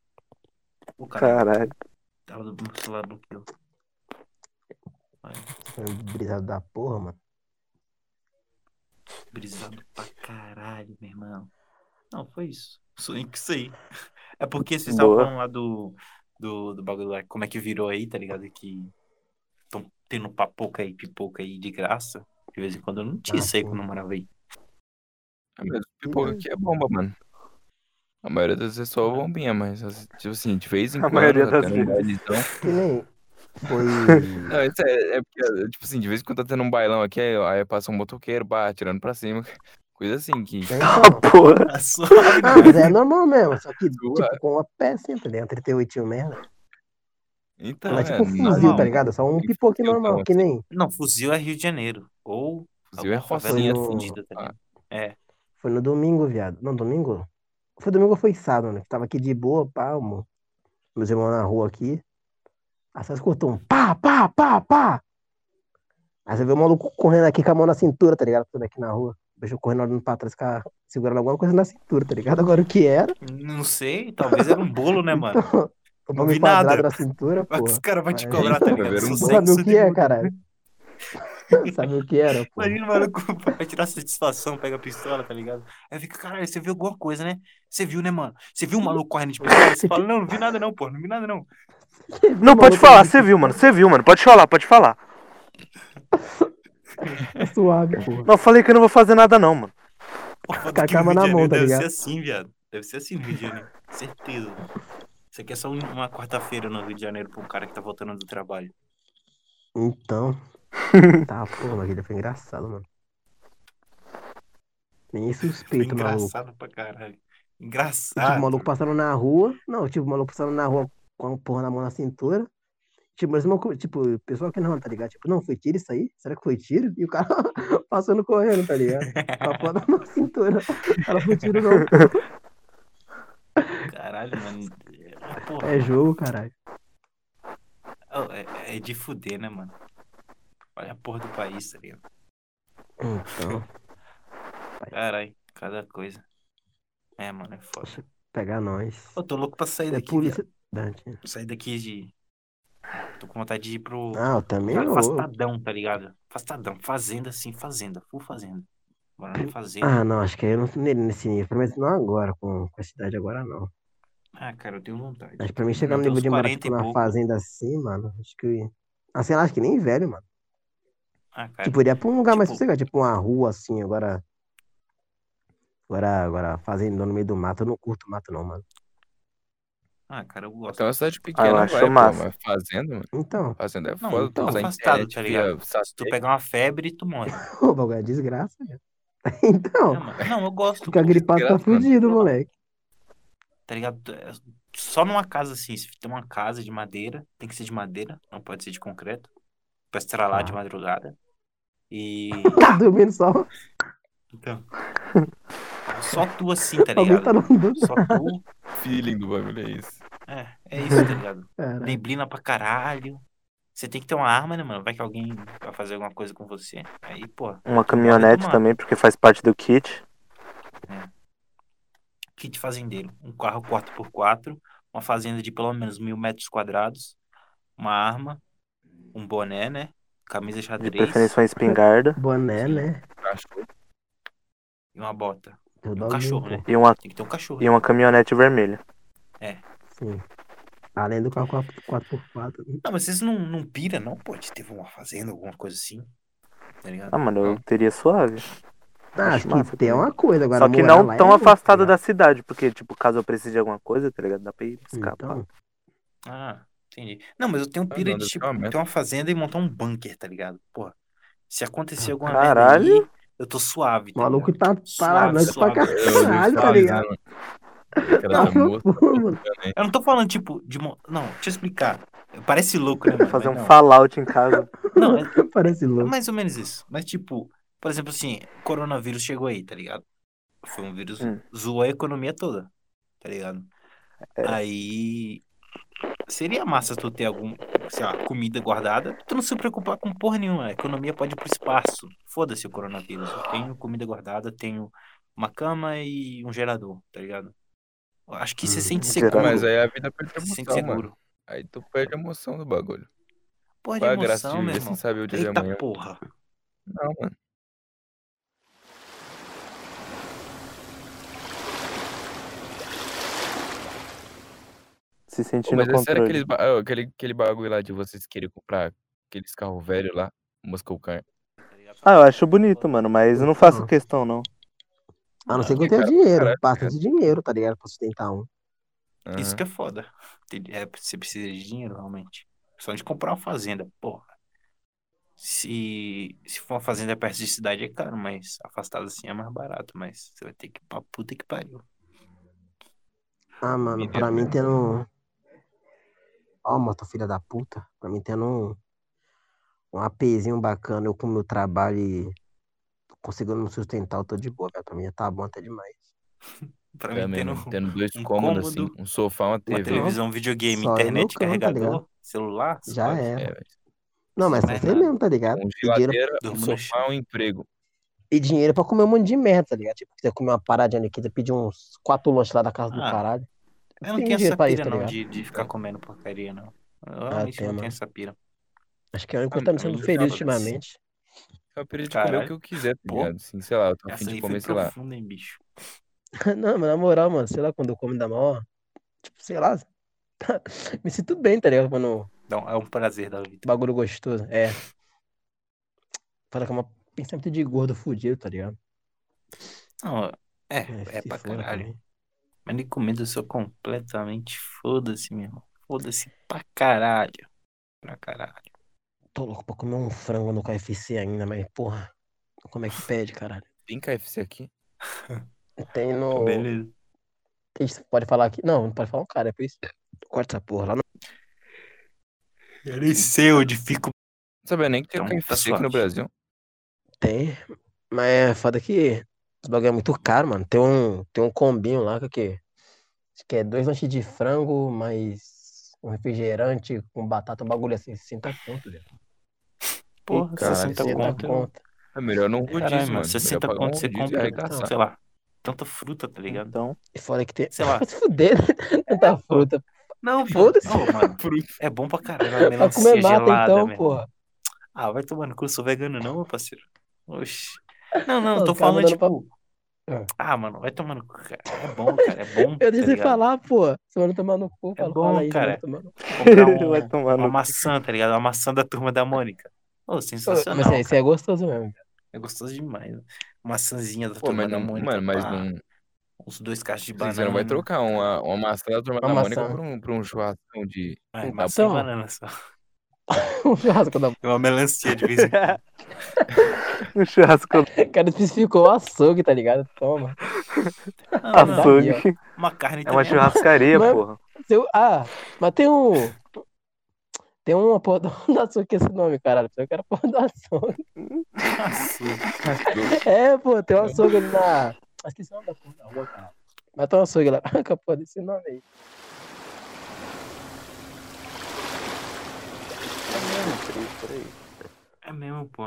[SPEAKER 3] O cara
[SPEAKER 1] Caralho.
[SPEAKER 3] tava do meu celular bloqueou.
[SPEAKER 4] um Brisado da porra, mano.
[SPEAKER 3] Brisado pra caralho, meu irmão. Não, foi isso. Sonhei com isso aí. É porque vocês estavam
[SPEAKER 1] Boa.
[SPEAKER 3] falando lá do, do, do bagulho lá, como é que virou aí, tá ligado? Que estão tendo papoca aí, pipoca aí de graça. De vez em quando eu não tinha
[SPEAKER 4] Ah,
[SPEAKER 3] isso aí
[SPEAKER 4] sim.
[SPEAKER 3] quando eu morava aí.
[SPEAKER 2] É mesmo, pipoca aqui é bomba, mano. A maioria das vezes é só bombinha, mas assim, tipo assim, de vez em
[SPEAKER 1] A
[SPEAKER 2] quando.
[SPEAKER 1] maioria
[SPEAKER 2] tá
[SPEAKER 1] das
[SPEAKER 2] tendo um
[SPEAKER 1] vezes.
[SPEAKER 2] bailezão.
[SPEAKER 4] Que nem foi. né,
[SPEAKER 2] Não, isso é, é porque, tipo assim, de vez em quando tá tendo um bailão aqui, aí, aí passa um motoqueiro, bah, atirando pra cima. Coisa assim que.
[SPEAKER 4] Tem-
[SPEAKER 1] Ah, porra.
[SPEAKER 3] Tá suave,
[SPEAKER 4] Ah, mas é normal mesmo, só que
[SPEAKER 2] Zoar.
[SPEAKER 4] tipo com uma peça, tá ligado? 38 merda.
[SPEAKER 2] Então,
[SPEAKER 4] Não é
[SPEAKER 2] é,
[SPEAKER 4] tipo um
[SPEAKER 2] normal.
[SPEAKER 4] fuzil, tá ligado? Só um
[SPEAKER 2] Tem
[SPEAKER 4] pipoque
[SPEAKER 2] fuzil,
[SPEAKER 4] normal,
[SPEAKER 2] então,
[SPEAKER 4] que nem
[SPEAKER 3] Não, fuzil é Rio de Janeiro. Ou
[SPEAKER 2] Fuzil é Ah.
[SPEAKER 3] alguma favelinha
[SPEAKER 2] rocinha.
[SPEAKER 4] Foi no-
[SPEAKER 3] fudida, tá ligado?
[SPEAKER 4] Foi no domingo, viado. Não, domingo? Foi domingo ou foi sábado, né? Que tava aqui de boa, pá, mo- meus irmãos na rua aqui. Aí só escutou um pá, pá, pá, pá. Aí você vê o maluco correndo aqui com a mão na cintura, tá ligado? Tudo aqui na rua. O bicho correndo olhando pra trás, com a- segurando alguma coisa na cintura, tá ligado? Agora o que era?
[SPEAKER 3] Não sei, talvez era um bolo, né, mano?
[SPEAKER 4] O
[SPEAKER 3] Não
[SPEAKER 4] nome
[SPEAKER 3] vi nada.
[SPEAKER 4] quadrado na cintura,
[SPEAKER 3] Mas os
[SPEAKER 4] porra.
[SPEAKER 3] caras vão te
[SPEAKER 4] Mas-
[SPEAKER 3] cobrar, tá
[SPEAKER 2] Então,
[SPEAKER 3] ligado?
[SPEAKER 2] era um
[SPEAKER 4] Não
[SPEAKER 2] Sei
[SPEAKER 3] Sossego,
[SPEAKER 4] sabe o
[SPEAKER 3] você
[SPEAKER 4] que
[SPEAKER 3] tem
[SPEAKER 4] é,
[SPEAKER 3] muito-
[SPEAKER 4] caralho. Não sabe o que era, pô.
[SPEAKER 3] Imagina o maluco pra tirar satisfação, pega a pistola, tá ligado? Aí fica, caralho, você viu alguma coisa, né? Você viu, né, mano? Você viu um maluco correndo de pistola? Você fala, não, não vi nada não, pô, não vi nada não.
[SPEAKER 1] Não, pode
[SPEAKER 3] é
[SPEAKER 1] falar, você viu, mano, você viu, mano. Pode falar, pode falar.
[SPEAKER 4] É suave, porra.
[SPEAKER 1] Não, eu falei que eu não vou fazer nada, não, mano.
[SPEAKER 3] Porra,
[SPEAKER 4] Com a
[SPEAKER 3] que no
[SPEAKER 4] cama
[SPEAKER 3] Rio
[SPEAKER 4] na
[SPEAKER 3] de
[SPEAKER 4] mão,
[SPEAKER 3] Janeiro
[SPEAKER 4] tá
[SPEAKER 3] Deve
[SPEAKER 4] ligado?
[SPEAKER 3] ser assim, viado. Deve ser assim no Rio de Janeiro. Certeza. Isso aqui é só um- uma quarta-feira no Rio de Janeiro pra um cara que tá voltando do trabalho.
[SPEAKER 4] Então. Tá, porra, mas ele foi engraçado, mano. Nem
[SPEAKER 3] Foi
[SPEAKER 4] suspeito, maluco.
[SPEAKER 3] engraçado pra caralho.
[SPEAKER 4] E, Tipo,
[SPEAKER 3] Engraçado.
[SPEAKER 4] o maluco passando na rua. Não, tipo, o maluco passando na rua com a porra na mão na cintura. Tipo, mas uma co- tipo, o pessoal que não, tá ligado? Tipo, não, foi tiro isso aí? Será que foi tiro? E o cara passando correndo, tá ligado? Com a porra na mão na cintura. Ela foi tiro, não.
[SPEAKER 3] Caralho, mano. É, Porra,
[SPEAKER 4] É jogo, caralho.
[SPEAKER 3] oh, é, é de fuder, né, mano? Olha a porra do país, tá ligado?
[SPEAKER 4] Então,
[SPEAKER 3] Caralho, cada coisa. É, mano, é foda.
[SPEAKER 4] pegar nós.
[SPEAKER 3] Eu tô louco pra sair
[SPEAKER 4] É
[SPEAKER 3] daqui,
[SPEAKER 4] polícia. Dante.
[SPEAKER 3] viado. Sair daqui de. Tô com vontade de ir pro.
[SPEAKER 4] Ah, eu também não.
[SPEAKER 3] Afastadão, tá ligado? Afastadão. Fazenda, sim, fazenda. Full fazenda. Bora na fazenda.
[SPEAKER 4] Ah, não, acho que aí eu não tô nele nesse nível. Pelo menos não agora, com, com a cidade agora, não.
[SPEAKER 3] Ah, cara, eu tenho vontade.
[SPEAKER 4] Mas pra mim chegar no
[SPEAKER 3] Até
[SPEAKER 4] nível
[SPEAKER 3] os
[SPEAKER 4] de morar
[SPEAKER 3] 40
[SPEAKER 4] tipo,
[SPEAKER 3] e
[SPEAKER 4] numa
[SPEAKER 3] pouco.
[SPEAKER 4] fazenda assim, mano, acho que. Assim, acho que nem velho, mano.
[SPEAKER 3] Ah, cara.
[SPEAKER 4] Tipo, iria pra um lugar mais
[SPEAKER 3] Tipo-
[SPEAKER 4] sossegado, tipo uma rua assim, agora. Agora, agora, fazenda no meio do mato, eu não curto mato, não, mano.
[SPEAKER 3] Ah, cara, eu gosto.
[SPEAKER 2] Então é cidade pequena,
[SPEAKER 1] eu
[SPEAKER 2] vai,
[SPEAKER 1] acho
[SPEAKER 2] pô,
[SPEAKER 1] massa.
[SPEAKER 2] mas fazenda, mano.
[SPEAKER 4] Então,
[SPEAKER 2] Fazenda é
[SPEAKER 3] Não,
[SPEAKER 2] foda,
[SPEAKER 4] então,
[SPEAKER 2] tu usa
[SPEAKER 3] afastado,
[SPEAKER 2] internet,
[SPEAKER 3] tá
[SPEAKER 2] via
[SPEAKER 3] Se tu
[SPEAKER 2] satélite.
[SPEAKER 3] pegar uma febre, tu morre. Ah,
[SPEAKER 4] o bagulho é desgraça, velho. Então,
[SPEAKER 3] mano, Não, eu gosto.
[SPEAKER 4] ficar
[SPEAKER 3] pô.
[SPEAKER 4] gripado tá
[SPEAKER 2] desgraça, mano.
[SPEAKER 4] fudido, moleque.
[SPEAKER 3] Tá ligado? É, Só numa casa assim, se tem uma casa de madeira, tem que ser de madeira, não pode ser de concreto. Pra estralar
[SPEAKER 4] Ah.
[SPEAKER 3] de madrugada. E.
[SPEAKER 4] Tá Dormindo só,
[SPEAKER 3] Tá Então. Só tu assim, tá
[SPEAKER 4] alguém tá
[SPEAKER 3] ligado?
[SPEAKER 4] no mundo,
[SPEAKER 3] Só tu.
[SPEAKER 2] Feeling do bagulho, é isso.
[SPEAKER 3] É, é isso, tá ligado?
[SPEAKER 4] cara.
[SPEAKER 3] Neblina pra caralho. Você tem que ter uma arma, né, mano? Vai que alguém vai fazer alguma coisa com você. Aí, pô,
[SPEAKER 1] Uma caminhonete
[SPEAKER 3] Mano.
[SPEAKER 1] também, porque faz parte do kit.
[SPEAKER 3] kit fazendeiro. Um carro 4x4, uma fazenda de pelo menos mil metros quadrados, uma arma, um boné, né? Camisa
[SPEAKER 1] De
[SPEAKER 3] xadrez
[SPEAKER 1] preferência uma espingarda.
[SPEAKER 4] Boné, né?
[SPEAKER 2] Cachorro.
[SPEAKER 3] e uma bota.
[SPEAKER 4] Teu
[SPEAKER 3] E um
[SPEAKER 4] dog
[SPEAKER 3] cachorro,
[SPEAKER 4] limpou.
[SPEAKER 3] né?
[SPEAKER 1] E uma,
[SPEAKER 3] Tem que ter um cachorro.
[SPEAKER 1] e uma caminhonete vermelha.
[SPEAKER 4] Sim. Além do carro 4x4.
[SPEAKER 3] Não, Ah, mas vocês não, não pira, não? Pô, de teve uma fazenda, alguma coisa assim. Tá ligado?
[SPEAKER 1] Ah, mano, eu teria suave.
[SPEAKER 4] Ah,
[SPEAKER 1] Acho
[SPEAKER 4] acho
[SPEAKER 1] massa
[SPEAKER 4] que tem
[SPEAKER 1] também.
[SPEAKER 4] uma coisa agora.
[SPEAKER 1] Só que
[SPEAKER 4] morar
[SPEAKER 1] não
[SPEAKER 4] lá é
[SPEAKER 1] tão
[SPEAKER 4] outro,
[SPEAKER 1] afastado
[SPEAKER 4] né?
[SPEAKER 1] da cidade, porque, tipo, caso eu precise de alguma coisa, tá ligado? Dá pra ir buscar. pá.
[SPEAKER 4] Então,
[SPEAKER 3] Ah, entendi. Não, mas eu tenho
[SPEAKER 2] Ah,
[SPEAKER 3] pira
[SPEAKER 2] não,
[SPEAKER 3] de
[SPEAKER 2] deve
[SPEAKER 3] tipo,
[SPEAKER 2] ser uma merda.
[SPEAKER 3] ter uma fazenda e montar um bunker, tá ligado? Porra, se acontecer alguma
[SPEAKER 1] Ah, Caralho.
[SPEAKER 3] merda aí, eu tô suave,
[SPEAKER 4] o
[SPEAKER 3] tá
[SPEAKER 4] maluco
[SPEAKER 3] ligado?
[SPEAKER 4] tá
[SPEAKER 3] Suave,
[SPEAKER 4] paranoico pra
[SPEAKER 3] suave.
[SPEAKER 2] Eu né,
[SPEAKER 4] caralho, tá ligado? Tá mano.
[SPEAKER 3] Eu não tô falando, tipo, de. mo- Não, deixa eu explicar. Parece louco, né? Mano?
[SPEAKER 1] Fazer
[SPEAKER 3] Mas
[SPEAKER 1] um fallout em casa.
[SPEAKER 3] não. Não, é-
[SPEAKER 4] Parece
[SPEAKER 1] Uhum.
[SPEAKER 3] é
[SPEAKER 4] louco.
[SPEAKER 3] mais ou menos isso. Mas, tipo, por exemplo, assim, coronavírus chegou aí, tá ligado? Foi um vírus.
[SPEAKER 1] Hum.
[SPEAKER 3] Zoou a economia toda, tá ligado?
[SPEAKER 1] É.
[SPEAKER 3] Aí. Seria massa tu ter algum, sei lá, comida guardada. Tu não se preocupar com porra nenhuma. A economia pode ir pro espaço. Foda-se o coronavírus. Eu tenho comida guardada, tenho uma cama e um gerador, tá ligado? Eu Acho que se
[SPEAKER 4] Hum,
[SPEAKER 3] sente
[SPEAKER 1] um gerador.
[SPEAKER 3] seguro.
[SPEAKER 2] Ah, Mas aí a vida perde a
[SPEAKER 3] se sente
[SPEAKER 2] emoção, mano.
[SPEAKER 3] seguro.
[SPEAKER 2] Aí tu perde a emoção do bagulho.
[SPEAKER 3] Porra de
[SPEAKER 2] Qual é a graça de
[SPEAKER 3] emoção, meu
[SPEAKER 2] viver sem
[SPEAKER 3] irmão.
[SPEAKER 2] saber o dia de amanhã?
[SPEAKER 3] Eita porra.
[SPEAKER 2] Não, mano.
[SPEAKER 1] Se
[SPEAKER 2] Pô,
[SPEAKER 1] sentindo
[SPEAKER 2] mas é sério
[SPEAKER 1] controle.
[SPEAKER 2] aqueles ba- ah, aquele, aquele bagulho lá de vocês querem comprar aqueles carros velhos lá, Moscow Car.
[SPEAKER 1] Ah, eu acho bonito, mano, mas eu não faço
[SPEAKER 4] Não.
[SPEAKER 1] questão, não.
[SPEAKER 3] Tá
[SPEAKER 4] A não ser que eu
[SPEAKER 2] que
[SPEAKER 4] tenha
[SPEAKER 2] cara do
[SPEAKER 4] dinheiro.
[SPEAKER 2] caralho,
[SPEAKER 4] Bastante
[SPEAKER 1] é.
[SPEAKER 4] dinheiro, tá ligado? Pra sustentar um.
[SPEAKER 3] Isso
[SPEAKER 2] Aham.
[SPEAKER 3] que é foda. Tem- é, você precisa de dinheiro, realmente. Só de comprar uma fazenda, porra. Se, se for uma fazenda perto de cidade é caro, mas afastado assim é mais barato. Mas você vai ter que ir pra puta que pariu.
[SPEAKER 4] Ah, mano,
[SPEAKER 2] Mineiro
[SPEAKER 4] pra
[SPEAKER 1] né?
[SPEAKER 4] mim
[SPEAKER 2] mesmo.
[SPEAKER 4] tendo. um- Ó, moto filha da puta. Pra mim tendo um. Um APzinho bacana, eu com o meu trabalho e conseguindo me sustentar, eu tô de boa, velho. Pra mim já tá bom até demais.
[SPEAKER 3] Pra mim,
[SPEAKER 2] Também,
[SPEAKER 3] tendo
[SPEAKER 2] mano. Tendo dois
[SPEAKER 3] um
[SPEAKER 2] cômodos, assim,
[SPEAKER 3] cômodo,
[SPEAKER 2] um sofá, uma
[SPEAKER 3] uma
[SPEAKER 2] TV.
[SPEAKER 3] televisão, um videogame,
[SPEAKER 4] Só é
[SPEAKER 3] internet,
[SPEAKER 4] loucão, tá
[SPEAKER 3] carregador,
[SPEAKER 4] ligado?
[SPEAKER 3] celular,
[SPEAKER 4] Já
[SPEAKER 3] sabe?
[SPEAKER 2] É,
[SPEAKER 4] era.
[SPEAKER 2] velho.
[SPEAKER 4] Não, mas
[SPEAKER 3] Não
[SPEAKER 4] só
[SPEAKER 3] é
[SPEAKER 4] você
[SPEAKER 3] nada.
[SPEAKER 4] mesmo, tá ligado?
[SPEAKER 2] um
[SPEAKER 4] E dinheiro,
[SPEAKER 2] geladeira, um
[SPEAKER 3] Dormo no
[SPEAKER 2] sofá, um emprego.
[SPEAKER 4] e dinheiro pra comer um monte de merda, tá ligado? Tipo, quiser comer uma paradinha ali, quiser pedir uns quatro lanches lá da casa do
[SPEAKER 3] Ah,
[SPEAKER 4] caralho.
[SPEAKER 3] Eu não
[SPEAKER 4] Tem
[SPEAKER 3] tenho
[SPEAKER 4] dinheiro
[SPEAKER 3] essa
[SPEAKER 4] pra isso,
[SPEAKER 3] pira,
[SPEAKER 4] tá
[SPEAKER 3] não,
[SPEAKER 4] ligado? Ah,
[SPEAKER 3] de, de ficar comendo porcaria, não. Eu realmente
[SPEAKER 4] tem,
[SPEAKER 3] não
[SPEAKER 4] mano.
[SPEAKER 3] tenho essa pira.
[SPEAKER 4] Acho que é o único
[SPEAKER 2] Ah,
[SPEAKER 4] que tá me
[SPEAKER 2] mas
[SPEAKER 4] sendo
[SPEAKER 2] eu
[SPEAKER 4] feliz
[SPEAKER 3] tava
[SPEAKER 4] ultimamente.
[SPEAKER 2] Eu aprendi de
[SPEAKER 3] Caralho.
[SPEAKER 2] comer o que eu quiser, tá
[SPEAKER 3] Pô.
[SPEAKER 2] ligado? Assim, sei lá, eu tô a fim
[SPEAKER 3] Essa
[SPEAKER 2] de
[SPEAKER 3] aí foi
[SPEAKER 2] comer, sei lá.
[SPEAKER 3] profunda, hein, bicho.
[SPEAKER 4] Não, mas na moral, mano, sei lá, quando eu como da maior, tipo, sei lá, me sinto bem, tá ligado? Quando
[SPEAKER 3] Não, é um prazer da vida.
[SPEAKER 4] bagulho gostoso. É. Fala que é um pensamento de gordo fudido, tá ligado?
[SPEAKER 3] Não, é,
[SPEAKER 4] Mas
[SPEAKER 3] é
[SPEAKER 4] se
[SPEAKER 3] pra
[SPEAKER 4] foda
[SPEAKER 3] caralho.
[SPEAKER 4] também.
[SPEAKER 3] Mas de comida eu sou completamente foda-se, meu irmão. Foda-se pra caralho. Pra caralho.
[SPEAKER 4] Tô louco pra comer um frango no KFC ainda, mas porra, como é que pede, caralho?
[SPEAKER 2] Tem KFC aqui?
[SPEAKER 4] Tem no.
[SPEAKER 3] Beleza.
[SPEAKER 4] Tem- Pode falar aqui? Não, não pode falar um cara, é por isso. Corta essa porra lá no.
[SPEAKER 3] Eu nem sei onde fico.
[SPEAKER 2] Não sabia nem que tem
[SPEAKER 3] Então, tá
[SPEAKER 2] KFC aqui
[SPEAKER 3] suave.
[SPEAKER 2] no Brasil.
[SPEAKER 4] Tem. Mas é foda que os bagulho é muito caro, mano. Tem um, tem um combinho lá que, é o quê? Acho que é dois lanches de frango, mais um refrigerante com batata, um bagulho assim, 60 conto, velho.
[SPEAKER 3] Porra,
[SPEAKER 2] Caralho,
[SPEAKER 3] 60
[SPEAKER 4] tá
[SPEAKER 3] conto. né?
[SPEAKER 4] um
[SPEAKER 2] É melhor não rodízio,
[SPEAKER 3] Caralho, mano,
[SPEAKER 2] mano.
[SPEAKER 3] 60
[SPEAKER 2] melhor pagar um
[SPEAKER 3] conto você
[SPEAKER 2] rodízio e
[SPEAKER 3] compra,
[SPEAKER 2] arregaçar. Tá
[SPEAKER 3] sei lá, tanta fruta, tá ligado?
[SPEAKER 1] Então,
[SPEAKER 4] E fora que tem.
[SPEAKER 3] Sei lá.
[SPEAKER 4] Vai se fuder, né? Tanta fruta.
[SPEAKER 3] Não, pô.
[SPEAKER 4] Foda-se.
[SPEAKER 3] Não, mano. É bom pra caralho. Uma
[SPEAKER 4] Pra
[SPEAKER 3] melancia
[SPEAKER 4] comer mata,
[SPEAKER 3] gelada,
[SPEAKER 4] então,
[SPEAKER 3] meu irmão.
[SPEAKER 4] porra.
[SPEAKER 3] Ah, vai tomar no cu, eu sou vegano não, meu parceiro. Oxi. Não, não,
[SPEAKER 4] Os
[SPEAKER 3] eu tô
[SPEAKER 4] caras
[SPEAKER 3] falando,
[SPEAKER 4] mandando
[SPEAKER 3] tipo...
[SPEAKER 4] pra-
[SPEAKER 3] Ah, mano, vai tomar no cu, cara. É bom, cara, é bom,
[SPEAKER 4] Eu nem
[SPEAKER 3] tá
[SPEAKER 4] sei
[SPEAKER 3] ligado?
[SPEAKER 4] falar, porra. Você vai tomar no cu, fala,
[SPEAKER 3] bom,
[SPEAKER 4] fala aí,
[SPEAKER 3] cara.
[SPEAKER 4] vai tomar no cu.
[SPEAKER 3] Comprar um-
[SPEAKER 1] vai tomar
[SPEAKER 3] uma
[SPEAKER 1] no.
[SPEAKER 3] maçã, tá ligado? Uma maçã da turma da Mônica. Ô, sensacional.
[SPEAKER 4] Mas é, isso
[SPEAKER 3] cara.
[SPEAKER 4] é gostoso mesmo.
[SPEAKER 3] É gostoso demais. né? Maçãzinha da
[SPEAKER 2] Pô,
[SPEAKER 3] turma
[SPEAKER 2] mas
[SPEAKER 3] da
[SPEAKER 2] não,
[SPEAKER 3] Mônica.
[SPEAKER 2] né? mano, mas
[SPEAKER 3] pá.
[SPEAKER 2] não. tipo assim,
[SPEAKER 3] Uns dois cachos de banana.
[SPEAKER 2] Você não vai trocar uma, uma maçã da turma
[SPEAKER 4] Uma
[SPEAKER 2] da Mônica
[SPEAKER 4] maçã.
[SPEAKER 2] por um, por um churrascão de.
[SPEAKER 3] Ah, é
[SPEAKER 4] Então.
[SPEAKER 3] maçã e banana só.
[SPEAKER 4] Um churrasco da
[SPEAKER 3] É uma melancia de vez em quando.
[SPEAKER 1] Um churrasco
[SPEAKER 4] O cara especificou o açougue, tá ligado? Toma.
[SPEAKER 3] Não, não,
[SPEAKER 4] Açougue.
[SPEAKER 1] açougue.
[SPEAKER 3] Uma carne
[SPEAKER 1] É uma
[SPEAKER 3] também.
[SPEAKER 1] churrascaria,
[SPEAKER 4] Mas-
[SPEAKER 1] porra.
[SPEAKER 4] Seu- Ah, mas tem um. Tem uma porra do açougue com esse nome, caralho. Eu quero porra do açougue.
[SPEAKER 3] um Açougue.
[SPEAKER 4] É, pô, tem um açougue ali na. Ah, Esqueci o nome da porra da rua, cara. Mas tem um açougue lá. Ah, com a porra desse nome aí.
[SPEAKER 3] É mesmo, pô.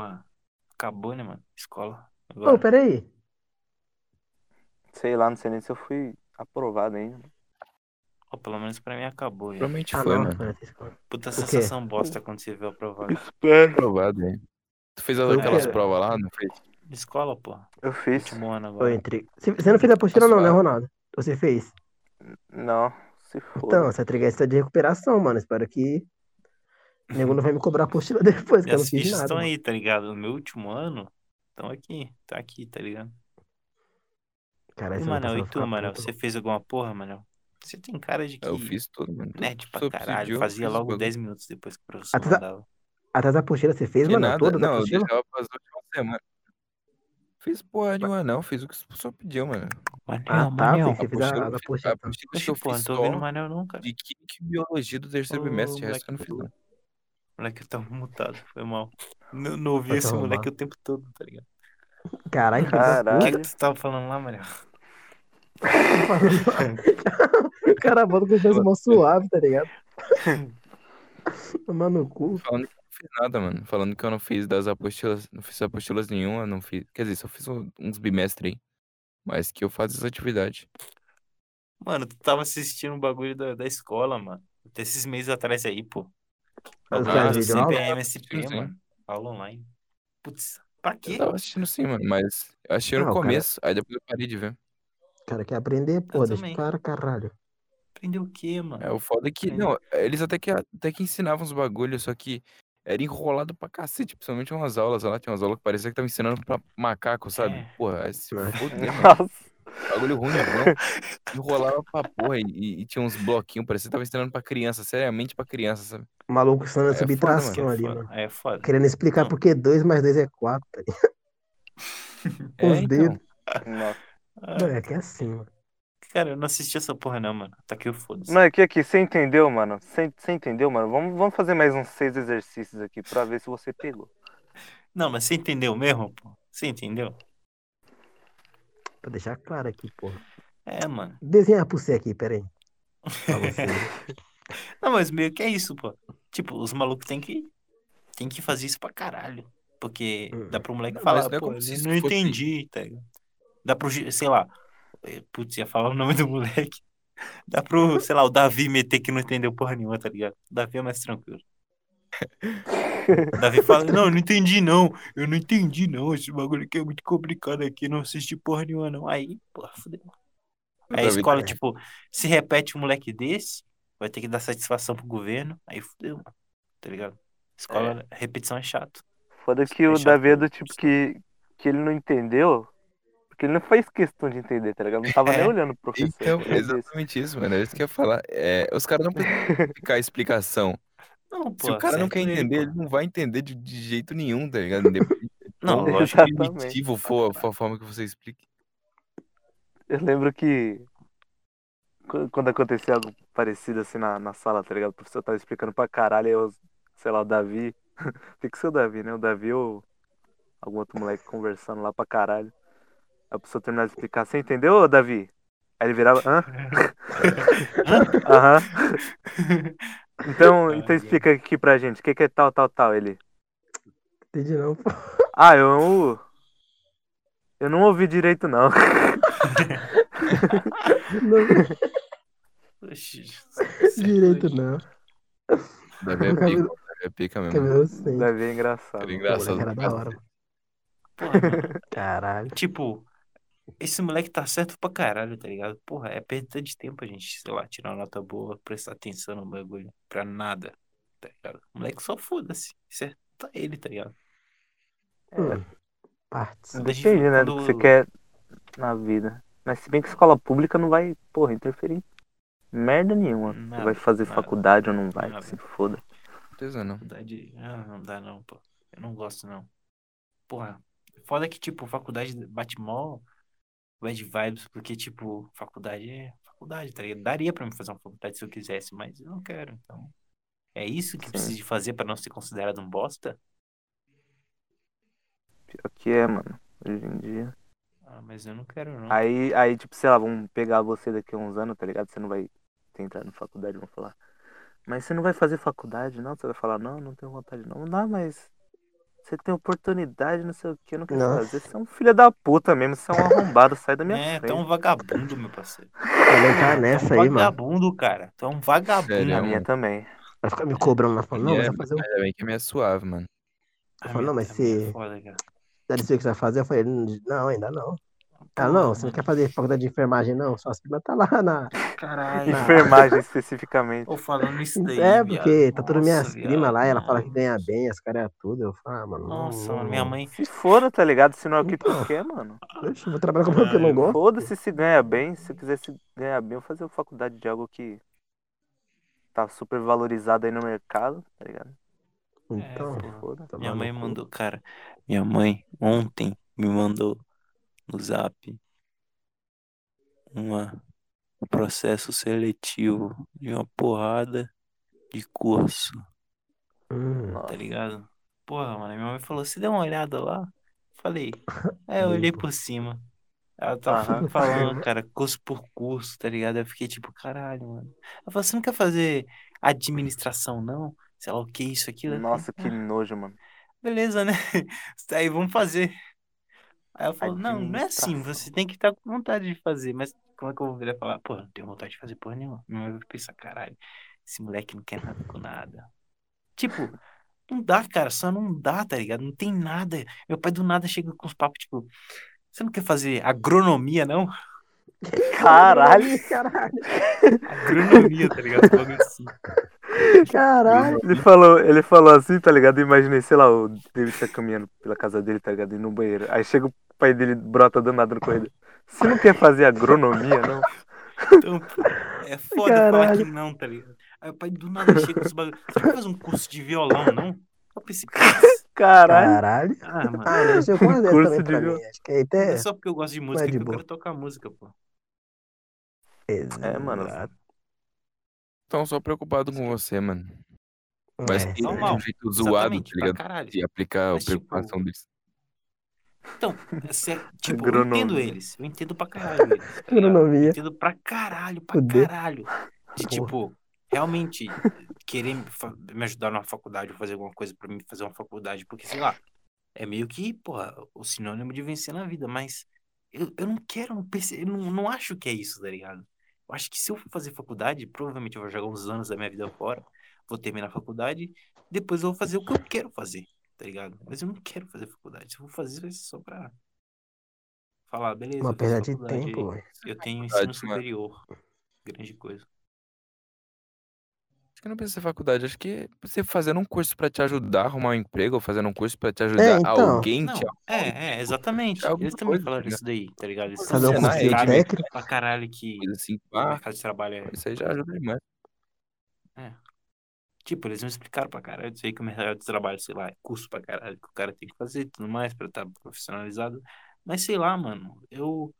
[SPEAKER 3] Acabou, né, mano? Escola.
[SPEAKER 4] Ô,
[SPEAKER 3] Agora.
[SPEAKER 4] peraí.
[SPEAKER 1] Sei lá, não sei nem se eu fui aprovado ainda.
[SPEAKER 3] Ó, pelo menos pra mim acabou. velho.
[SPEAKER 2] Provavelmente
[SPEAKER 4] Ah,
[SPEAKER 2] foi, né?
[SPEAKER 4] não,
[SPEAKER 2] mano.
[SPEAKER 4] cara, vocês falam.
[SPEAKER 3] Puta
[SPEAKER 4] quê?
[SPEAKER 3] sensação bosta quando você vê aprovado.
[SPEAKER 4] É.
[SPEAKER 1] Espero.
[SPEAKER 2] Aprovado, hein? Tu fez
[SPEAKER 4] Foi o
[SPEAKER 2] aquelas
[SPEAKER 4] quê?
[SPEAKER 2] provas lá, não fez?
[SPEAKER 3] De escola, pô.
[SPEAKER 1] Eu fiz.
[SPEAKER 3] Último ano
[SPEAKER 4] Eu
[SPEAKER 3] agora.
[SPEAKER 4] entrei. Você- Você não fez a apostila, não, né, Ronaldo? Você fez?
[SPEAKER 1] Não, se for.
[SPEAKER 4] Então, essa entreguete tá de recuperação, mano. Espero que. O nego não vai me cobrar a apostila depois, que eu não
[SPEAKER 3] Minhas
[SPEAKER 4] fiz
[SPEAKER 3] fichas
[SPEAKER 4] nada.
[SPEAKER 3] estão
[SPEAKER 4] mano.
[SPEAKER 3] aí, tá ligado? No meu último ano, estão aqui. Tá aqui, tá ligado?
[SPEAKER 4] Caralho,
[SPEAKER 3] E,
[SPEAKER 4] você não
[SPEAKER 3] Manel,
[SPEAKER 4] passou
[SPEAKER 3] e
[SPEAKER 4] na
[SPEAKER 3] tu,
[SPEAKER 4] facu,
[SPEAKER 3] Manel?
[SPEAKER 4] pô.
[SPEAKER 3] Você fez alguma porra, Manel? Você tem cara de que
[SPEAKER 2] É, Eu fiz tudo, mano. Tudo.
[SPEAKER 3] nerd pra
[SPEAKER 2] Só
[SPEAKER 3] caralho.
[SPEAKER 2] preciso, eu
[SPEAKER 3] Fazia
[SPEAKER 2] fiz o
[SPEAKER 3] logo
[SPEAKER 2] bagulho.
[SPEAKER 3] 10 minutos depois que o professor
[SPEAKER 4] Ah, tu tá-
[SPEAKER 3] mandava.
[SPEAKER 4] Atrás da apostila você fez,
[SPEAKER 2] Que
[SPEAKER 4] mano?
[SPEAKER 2] nada.
[SPEAKER 4] Toda da
[SPEAKER 2] não, eu
[SPEAKER 4] apostila?
[SPEAKER 2] deixava pras últimas semanas. Fiz porra nenhuma, não. Fiz o que o pessoal pediu, mano.
[SPEAKER 3] Manel,
[SPEAKER 4] Ah, tá,
[SPEAKER 3] Manel.
[SPEAKER 4] pensei que- Você fez a-
[SPEAKER 2] Apostila,
[SPEAKER 4] a da
[SPEAKER 2] eu fiz-
[SPEAKER 4] apostila,
[SPEAKER 2] a
[SPEAKER 4] então.
[SPEAKER 2] apostila que
[SPEAKER 3] Oxi,
[SPEAKER 2] eu
[SPEAKER 3] pô, não
[SPEAKER 2] fiz
[SPEAKER 3] tô ouvindo o
[SPEAKER 2] só
[SPEAKER 3] Manel não, cara.
[SPEAKER 2] de Química e Biologia do terceiro
[SPEAKER 3] Ô,
[SPEAKER 2] bimestre. De resto, eu não
[SPEAKER 3] moleque,
[SPEAKER 2] fiz nada.
[SPEAKER 3] O moleque eu tava mutado, foi mal. Não, não ouvi
[SPEAKER 4] Vai um te
[SPEAKER 3] esse moleque
[SPEAKER 4] arrumar.
[SPEAKER 3] o tempo todo, tá ligado?
[SPEAKER 4] Caralho, filho da
[SPEAKER 3] O que
[SPEAKER 1] Caralho.
[SPEAKER 4] puta,
[SPEAKER 3] que tu tava falando lá, Manel?
[SPEAKER 4] ele falou- O cara bota com coisa mó suave, tá ligado? Tomar no cu.
[SPEAKER 2] Falando que eu não fiz nada, mano. Falando que eu não fiz das apostilas. Não fiz apostilas nenhuma, não fiz. Quer dizer, só fiz um- uns bimestres aí. Mas que eu faço essa atividade.
[SPEAKER 3] Mano, tu tava assistindo um bagulho da, da escola, mano. Até esses meses atrás aí, pô.
[SPEAKER 4] Ah,
[SPEAKER 3] Bagulho
[SPEAKER 2] tá,
[SPEAKER 3] do
[SPEAKER 2] vídeo
[SPEAKER 4] aula?
[SPEAKER 3] CPM, SP,
[SPEAKER 2] Sim.
[SPEAKER 3] mano. Aula online. Putz, pra quê?
[SPEAKER 2] Eu tava assistindo sim, mano. Mas eu achei
[SPEAKER 4] Ah,
[SPEAKER 2] no
[SPEAKER 4] o cara-
[SPEAKER 2] começo, aí depois eu parei de ver.
[SPEAKER 4] O cara quer aprender, pô. Deixa o
[SPEAKER 3] também.
[SPEAKER 4] cara, caralho.
[SPEAKER 3] Aprendeu o quê, mano?
[SPEAKER 2] É, o foda é que.
[SPEAKER 3] Sim.
[SPEAKER 2] Não, eles até que, até que ensinavam os bagulhos, só que era enrolado pra cacete, principalmente umas aulas lá. Tinha umas aulas que parecia que tava ensinando pra macaco, sabe?
[SPEAKER 3] É.
[SPEAKER 2] Porra, aí se
[SPEAKER 4] É.
[SPEAKER 2] foder, mano.
[SPEAKER 1] Nossa,
[SPEAKER 2] Bagulho ruim, né, não. Enrolava pra porra e, e- e tinha uns bloquinhos, parecia que tava ensinando pra criança, seriamente pra criança, sabe?
[SPEAKER 4] O maluco ensinando a
[SPEAKER 2] É
[SPEAKER 4] subtração
[SPEAKER 3] Que é
[SPEAKER 4] ali,
[SPEAKER 3] foda.
[SPEAKER 4] mano.
[SPEAKER 3] É foda.
[SPEAKER 4] Querendo explicar
[SPEAKER 3] Não.
[SPEAKER 4] por que 2 mais 2 é 4. Tá ligado?
[SPEAKER 2] É,
[SPEAKER 4] Os
[SPEAKER 2] então.
[SPEAKER 4] dedos.
[SPEAKER 1] nossa.
[SPEAKER 3] Ah,
[SPEAKER 4] Não, é que é assim, mano.
[SPEAKER 3] Cara, eu não assisti essa porra, não, mano. Tá aqui o foda-se.
[SPEAKER 1] Não, é aqui, aqui, você entendeu, mano? Você, você entendeu, mano? Vamos, vamos fazer mais uns seis exercícios aqui pra ver se você pegou.
[SPEAKER 3] Não, mas você entendeu mesmo, pô? Você entendeu?
[SPEAKER 4] Pra deixar claro aqui, pô.
[SPEAKER 3] É, mano.
[SPEAKER 4] Desenhar por você aqui, peraí. Pra você.
[SPEAKER 3] Não, mas meio que é isso, pô. Tipo, os malucos tem que tem que fazer isso pra caralho. Porque
[SPEAKER 4] Hum.
[SPEAKER 3] dá pro moleque
[SPEAKER 2] Não,
[SPEAKER 3] falar,
[SPEAKER 2] mas não é
[SPEAKER 3] pô,
[SPEAKER 2] como
[SPEAKER 3] eu
[SPEAKER 2] se isso
[SPEAKER 3] não
[SPEAKER 2] fosse-
[SPEAKER 3] entendi, tá ligado? Dá pro, Gi- sei lá, eh, putz, ia falar o nome do moleque. Dá pro, sei lá, o Davi meter que não entendeu porra nenhuma, tá ligado? O Davi é mais tranquilo. O Davi fala, não, eu não entendi não, eu não entendi não, esse bagulho aqui é muito complicado aqui, não assisti porra nenhuma não. Aí, porra, fudeu.
[SPEAKER 2] O
[SPEAKER 3] Aí a
[SPEAKER 2] Davi
[SPEAKER 3] escola, tipo, se repete um moleque desse, vai ter que dar satisfação pro governo, aí fudeu, mano. tá ligado? Escola, repetição é chato.
[SPEAKER 1] Foda que o
[SPEAKER 3] Deixa
[SPEAKER 1] Davi é do
[SPEAKER 3] eu-
[SPEAKER 1] tipo que, que ele não entendeu, porque ele não fez questão de entender, tá ligado? Não tava
[SPEAKER 3] É.
[SPEAKER 1] nem olhando o professor.
[SPEAKER 2] Então,
[SPEAKER 1] Ele disse,
[SPEAKER 2] exatamente isso, mano. É isso que eu ia falar. É, os caras não precisam ficar a explicação.
[SPEAKER 3] Não, pô,
[SPEAKER 2] Se o cara não
[SPEAKER 3] certo
[SPEAKER 2] quer
[SPEAKER 3] ele,
[SPEAKER 2] entender,
[SPEAKER 3] pô.
[SPEAKER 2] ele não vai entender de, de jeito nenhum, tá ligado? Independente
[SPEAKER 3] Não,
[SPEAKER 2] de quão
[SPEAKER 3] lógico.
[SPEAKER 1] Exatamente.
[SPEAKER 2] primitivo for, for a forma que você explique.
[SPEAKER 1] Eu lembro que qu- quando acontecia algo parecido assim na, na sala, tá ligado? O professor tava explicando pra caralho, aí eu, sei lá, o Davi. Tem que ser o Davi, né? O Davi ou algum outro moleque conversando lá pra caralho. Aí o professor terminava de explicar, você entendeu, ô, Davi? Aí ele virava, hã? Aham. Então, então explica aqui pra gente, o que, que é tal, tal, tal? Ele.
[SPEAKER 4] Entendi não, pô.
[SPEAKER 1] Ah, eu. Eu não ouvi direito, não.
[SPEAKER 4] Não
[SPEAKER 3] Oxi,
[SPEAKER 4] direito, não.
[SPEAKER 2] O Davi é pica,
[SPEAKER 4] Cabelo-
[SPEAKER 2] o Davi é pica mesmo.
[SPEAKER 4] Cabelo sem.
[SPEAKER 1] Davi é engraçado.
[SPEAKER 2] Era
[SPEAKER 4] Pô,
[SPEAKER 2] engraçado.
[SPEAKER 4] Era da hora, mano.
[SPEAKER 3] Porra, mano.
[SPEAKER 4] Caralho.
[SPEAKER 3] Tipo, esse moleque tá certo pra caralho, tá ligado? Porra, é perda de tempo a gente, sei lá, tirar uma nota boa, prestar atenção no bagulho, pra nada, tá ligado? O moleque só foda-se, certo? Tá ele, tá ligado?
[SPEAKER 4] Hum. Partes.
[SPEAKER 3] Não deixa
[SPEAKER 1] Depende, né, do
[SPEAKER 3] quando-
[SPEAKER 1] que você quer na vida. Mas se bem que escola pública não vai, porra, interferir em merda nenhuma.
[SPEAKER 3] Nada,
[SPEAKER 1] Você vai fazer
[SPEAKER 3] nada.
[SPEAKER 1] faculdade ou não vai,
[SPEAKER 3] Nada.
[SPEAKER 1] que se foda.
[SPEAKER 2] Com certeza não.
[SPEAKER 3] Faculdade. Ah, não dá não, pô. Eu não gosto, não. Porra. Foda que, tipo, faculdade bate mó bad vibes, porque, tipo, faculdade é faculdade, tá ligado? Daria pra me fazer uma faculdade se eu quisesse, mas eu não quero, então. É isso que
[SPEAKER 1] Sim.
[SPEAKER 3] precisa de fazer pra não ser considerado um bosta?
[SPEAKER 1] Pior que é, mano, hoje em dia.
[SPEAKER 3] Ah, mas eu não quero, não.
[SPEAKER 1] Aí, aí, tipo, sei lá, vão pegar você daqui a uns anos, tá ligado? Você não vai ter entrado na faculdade, vão falar. Mas você não vai fazer faculdade, não? Você vai falar, não, não tenho vontade, não. Não dá, mas você tem oportunidade, não sei o que, eu não quero
[SPEAKER 4] Nossa.
[SPEAKER 1] fazer. Você é um filho da puta mesmo, você é um arrombado, sai da
[SPEAKER 4] tá
[SPEAKER 1] minha
[SPEAKER 3] é,
[SPEAKER 1] frente.
[SPEAKER 3] tu é um vagabundo, meu parceiro.
[SPEAKER 4] Também tá nessa
[SPEAKER 3] tu é um
[SPEAKER 4] aí, mano.
[SPEAKER 3] vagabundo, cara. Tu é um vagabundo.
[SPEAKER 2] Sério?
[SPEAKER 1] A minha também.
[SPEAKER 4] Vai ficar me cobrando lá falando, não,
[SPEAKER 2] É,
[SPEAKER 4] mas vai fazer um.
[SPEAKER 2] Ainda bem que a minha é suave, mano.
[SPEAKER 3] Ah,
[SPEAKER 4] Fala, não, mas
[SPEAKER 3] minha- minha
[SPEAKER 4] se-
[SPEAKER 3] foda, cara.
[SPEAKER 4] Ela disse o que você vai fazer. Eu falei, "Hum, não, ainda não. Ela, Tá não, você não quer fazer faculdade de enfermagem, não. Suas primas tá lá na.
[SPEAKER 3] Caralho.
[SPEAKER 4] Tá.
[SPEAKER 1] Enfermagem especificamente.
[SPEAKER 3] Tô falando isso daí,
[SPEAKER 4] É, porque
[SPEAKER 3] viado.
[SPEAKER 4] tá todas
[SPEAKER 3] Nossa,
[SPEAKER 4] minhas primas
[SPEAKER 3] viado,
[SPEAKER 4] lá, ela fala que
[SPEAKER 3] mano.
[SPEAKER 4] ganha bem, as caras tudo. Eu falo, ah, mano. não-
[SPEAKER 3] Nossa,
[SPEAKER 4] não-
[SPEAKER 3] mano, minha mãe.
[SPEAKER 1] Se foda, tá ligado? Se não é o que tu quer, mano.
[SPEAKER 4] Poxa, eu vou trabalhar Então, com o
[SPEAKER 3] É,
[SPEAKER 4] que eu não gosto.
[SPEAKER 1] Foda-se se ganha bem. Se eu quisesse ganhar bem, eu fazia faculdade de algo que tá super valorizado aí no mercado, tá ligado?
[SPEAKER 4] Então,
[SPEAKER 3] É,
[SPEAKER 1] Foda.
[SPEAKER 4] tomar
[SPEAKER 3] Minha
[SPEAKER 4] no
[SPEAKER 3] mãe
[SPEAKER 4] cu.
[SPEAKER 3] mandou, cara. Minha mãe ontem me mandou no zap uma, um processo seletivo de uma porrada de curso,
[SPEAKER 4] Hum.
[SPEAKER 3] tá
[SPEAKER 1] Nossa.
[SPEAKER 3] ligado? Porra, mano, minha mãe falou, se deu uma olhada lá. Falei, é, eu olhei por cima. Ela tava
[SPEAKER 1] Aham.
[SPEAKER 3] falando, cara, curso por curso, tá ligado? Eu fiquei tipo, caralho, mano. Ela falou, você não quer fazer administração, não? Sei lá o que, isso, aquilo. Eu falei,
[SPEAKER 1] Nossa,
[SPEAKER 4] Ah.
[SPEAKER 1] que nojo, mano.
[SPEAKER 3] Beleza, né? Aí vamos fazer. Aí ela falou, não, não é assim,
[SPEAKER 1] Administração.
[SPEAKER 3] você tem que estar com vontade de fazer, mas como é que eu vou virar e falar, pô, não tenho vontade de fazer porra nenhuma. Minha mãe vai pensar, caralho, esse moleque não quer nada com nada. Tipo, não dá, cara, só não dá, tá ligado? Não tem nada. Meu pai do nada chega com uns papos, tipo, você não quer fazer agronomia, não?
[SPEAKER 1] Caralho!
[SPEAKER 4] Caralho!
[SPEAKER 3] Agronomia, tá ligado? Um bagulho assim.
[SPEAKER 4] Caralho!
[SPEAKER 1] Ele falou, ele falou assim, tá ligado? Imaginei, sei lá, o David tá caminhando pela casa dele, tá ligado? E no banheiro. Aí chega o pai dele, brota danado no corredor. Você não quer fazer agronomia, não?
[SPEAKER 3] Então, pô, é foda falar
[SPEAKER 4] Caralho.
[SPEAKER 3] que não, tá ligado? Aí o pai do nada chega com esse bagulho. Você não faz um curso de violão, não? Eu pensei,
[SPEAKER 1] Caralho!
[SPEAKER 4] Caralho!
[SPEAKER 3] ah, mano,
[SPEAKER 4] Ah, mas eu quase
[SPEAKER 1] Curso
[SPEAKER 4] também
[SPEAKER 1] de
[SPEAKER 4] pra
[SPEAKER 1] viol-
[SPEAKER 4] mim. Acho que aí
[SPEAKER 3] não
[SPEAKER 4] até.
[SPEAKER 3] é só porque eu gosto de música
[SPEAKER 4] de
[SPEAKER 3] que eu
[SPEAKER 4] boa.
[SPEAKER 3] quero tocar música, pô.
[SPEAKER 1] É, mano.
[SPEAKER 2] Estão Então, só preocupados com você, mano. Mas
[SPEAKER 4] É,
[SPEAKER 2] tem
[SPEAKER 3] normal.
[SPEAKER 2] de um jeito zoado,
[SPEAKER 3] Exatamente,
[SPEAKER 2] tá
[SPEAKER 3] pra
[SPEAKER 2] ligado?
[SPEAKER 3] caralho.
[SPEAKER 2] De aplicar
[SPEAKER 3] Mas,
[SPEAKER 2] a
[SPEAKER 3] tipo,
[SPEAKER 2] preocupação deles.
[SPEAKER 3] Então, é sério, tipo, eu
[SPEAKER 1] Agronomia.
[SPEAKER 3] entendo eles. Eu entendo pra caralho eles. tá ligado?
[SPEAKER 4] Agronomia.
[SPEAKER 3] Entendo pra caralho, pra
[SPEAKER 4] Fudeu.
[SPEAKER 3] caralho. De
[SPEAKER 4] Porra.
[SPEAKER 3] tipo, realmente querer me fa- me ajudar numa faculdade ou fazer alguma coisa pra mim fazer uma faculdade, porque sei lá, é meio que, porra, o sinônimo de vencer na vida, mas eu, eu não quero, eu não, perce- eu não, não acho que é isso, tá ligado? Eu acho que se eu for fazer faculdade, provavelmente eu vou jogar uns anos da minha vida fora, vou terminar a faculdade, depois eu vou fazer o que eu quero fazer, tá ligado? Mas eu não quero fazer faculdade, se eu vou fazer, vai ser só pra falar, "Ah, beleza,
[SPEAKER 4] Uma
[SPEAKER 3] eu fiz
[SPEAKER 4] perda de
[SPEAKER 3] faculdade aí.
[SPEAKER 4] tempo, velho.
[SPEAKER 3] Eu tenho ensino
[SPEAKER 2] Faculdade, mano.
[SPEAKER 3] superior. Grande coisa.
[SPEAKER 2] Acho que não precisa de faculdade, acho que você fazendo um curso pra te ajudar a arrumar um emprego, ou fazendo um curso pra te ajudar
[SPEAKER 4] então.
[SPEAKER 2] alguém
[SPEAKER 3] Não,
[SPEAKER 2] te
[SPEAKER 3] é, é, exatamente.
[SPEAKER 2] é alguma
[SPEAKER 3] Eles também
[SPEAKER 2] coisa,
[SPEAKER 3] falaram
[SPEAKER 2] tá ligado?
[SPEAKER 3] isso daí, tá ligado? Eles
[SPEAKER 4] Fazer um
[SPEAKER 3] são
[SPEAKER 2] Senai,
[SPEAKER 4] cursinho
[SPEAKER 2] Senai,
[SPEAKER 3] considerados
[SPEAKER 4] técnico.
[SPEAKER 3] pra caralho que
[SPEAKER 2] ajuda assim,
[SPEAKER 3] o
[SPEAKER 2] pá,
[SPEAKER 3] mercado de trabalho é.
[SPEAKER 2] isso aí já ajuda demais.
[SPEAKER 3] Tipo, eles não explicaram pra caralho isso aí que o mercado de trabalho, sei lá, é curso pra caralho que o cara tem que fazer e tudo mais pra estar profissionalizado. Mas sei lá, mano, eu.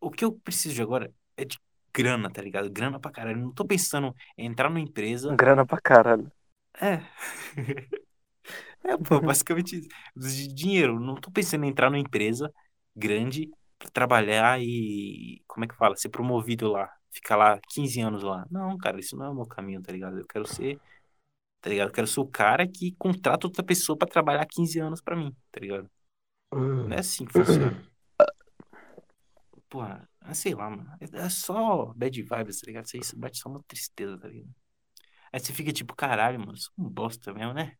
[SPEAKER 3] O que eu preciso de agora é de grana, tá ligado? Grana pra caralho. Eu não tô pensando em entrar numa empresa.
[SPEAKER 1] Grana pra caralho.
[SPEAKER 3] É. É, pô, basicamente isso. Eu preciso de dinheiro. Não tô pensando em entrar numa empresa grande pra trabalhar e, como é que fala? Ser promovido lá. Ficar lá 15 anos lá. Não, cara, isso não é o meu caminho, tá ligado? Eu quero ser, tá ligado? Eu quero ser o cara que contrata outra pessoa pra trabalhar 15 anos pra mim, tá ligado?
[SPEAKER 4] Hum.
[SPEAKER 3] Não é assim que
[SPEAKER 2] Uhum.
[SPEAKER 3] funciona. Porra, ah, sei lá, mano. É é só bad vibes, tá ligado? Isso aí isso bate só uma tristeza, tá ligado? Aí você fica tipo, caralho, mano, sou um bosta mesmo, né?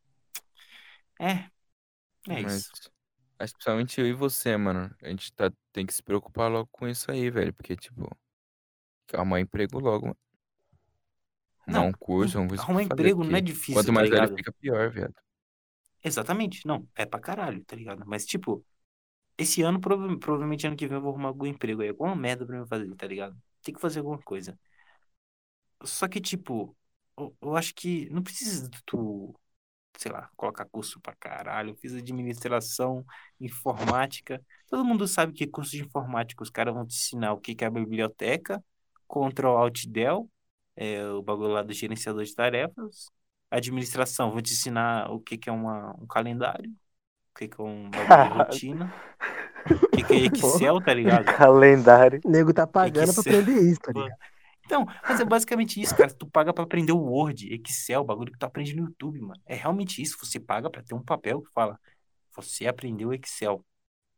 [SPEAKER 3] É. É
[SPEAKER 2] Mas-
[SPEAKER 3] isso.
[SPEAKER 2] Mas principalmente eu e você, mano. A gente tá, tem que se preocupar logo com isso aí, velho. Porque, tipo, arrumar emprego logo, mano. Arrumar
[SPEAKER 3] Não,
[SPEAKER 2] um curso, um curso
[SPEAKER 3] Arrumar
[SPEAKER 2] pra fazer,
[SPEAKER 3] emprego
[SPEAKER 2] porque
[SPEAKER 3] não é difícil,
[SPEAKER 2] Quanto
[SPEAKER 3] tá
[SPEAKER 2] mais velho
[SPEAKER 3] ligado?
[SPEAKER 2] fica, pior, viado.
[SPEAKER 3] Exatamente, não, é pra caralho, tá ligado? Mas, tipo, esse ano, prova- provavelmente ano que vem eu vou arrumar algum emprego aí, alguma merda pra eu fazer, tá ligado? Tem que fazer alguma coisa. Só que, tipo, eu, eu acho que não precisa de tu, sei lá, colocar curso pra caralho. Eu fiz administração, informática. Todo mundo sabe que curso de informática os caras vão te ensinar o que que é a biblioteca, Ctrl Alt Del, é, o bagulho lá do gerenciador de tarefas. Administração, vou te ensinar o que que é uma, um calendário, o que que é um bagulho de
[SPEAKER 1] Caralho.
[SPEAKER 3] rotina, o que que é Excel, tá ligado?
[SPEAKER 1] Calendário.
[SPEAKER 4] O nego tá pagando pra
[SPEAKER 3] ser-
[SPEAKER 4] aprender isso, tá ligado?
[SPEAKER 3] Então, mas é basicamente isso, cara. Tu paga pra aprender o Word, Excel, o bagulho que tu aprende no YouTube, mano. É realmente isso. Você paga pra ter um papel que fala, você aprendeu Excel,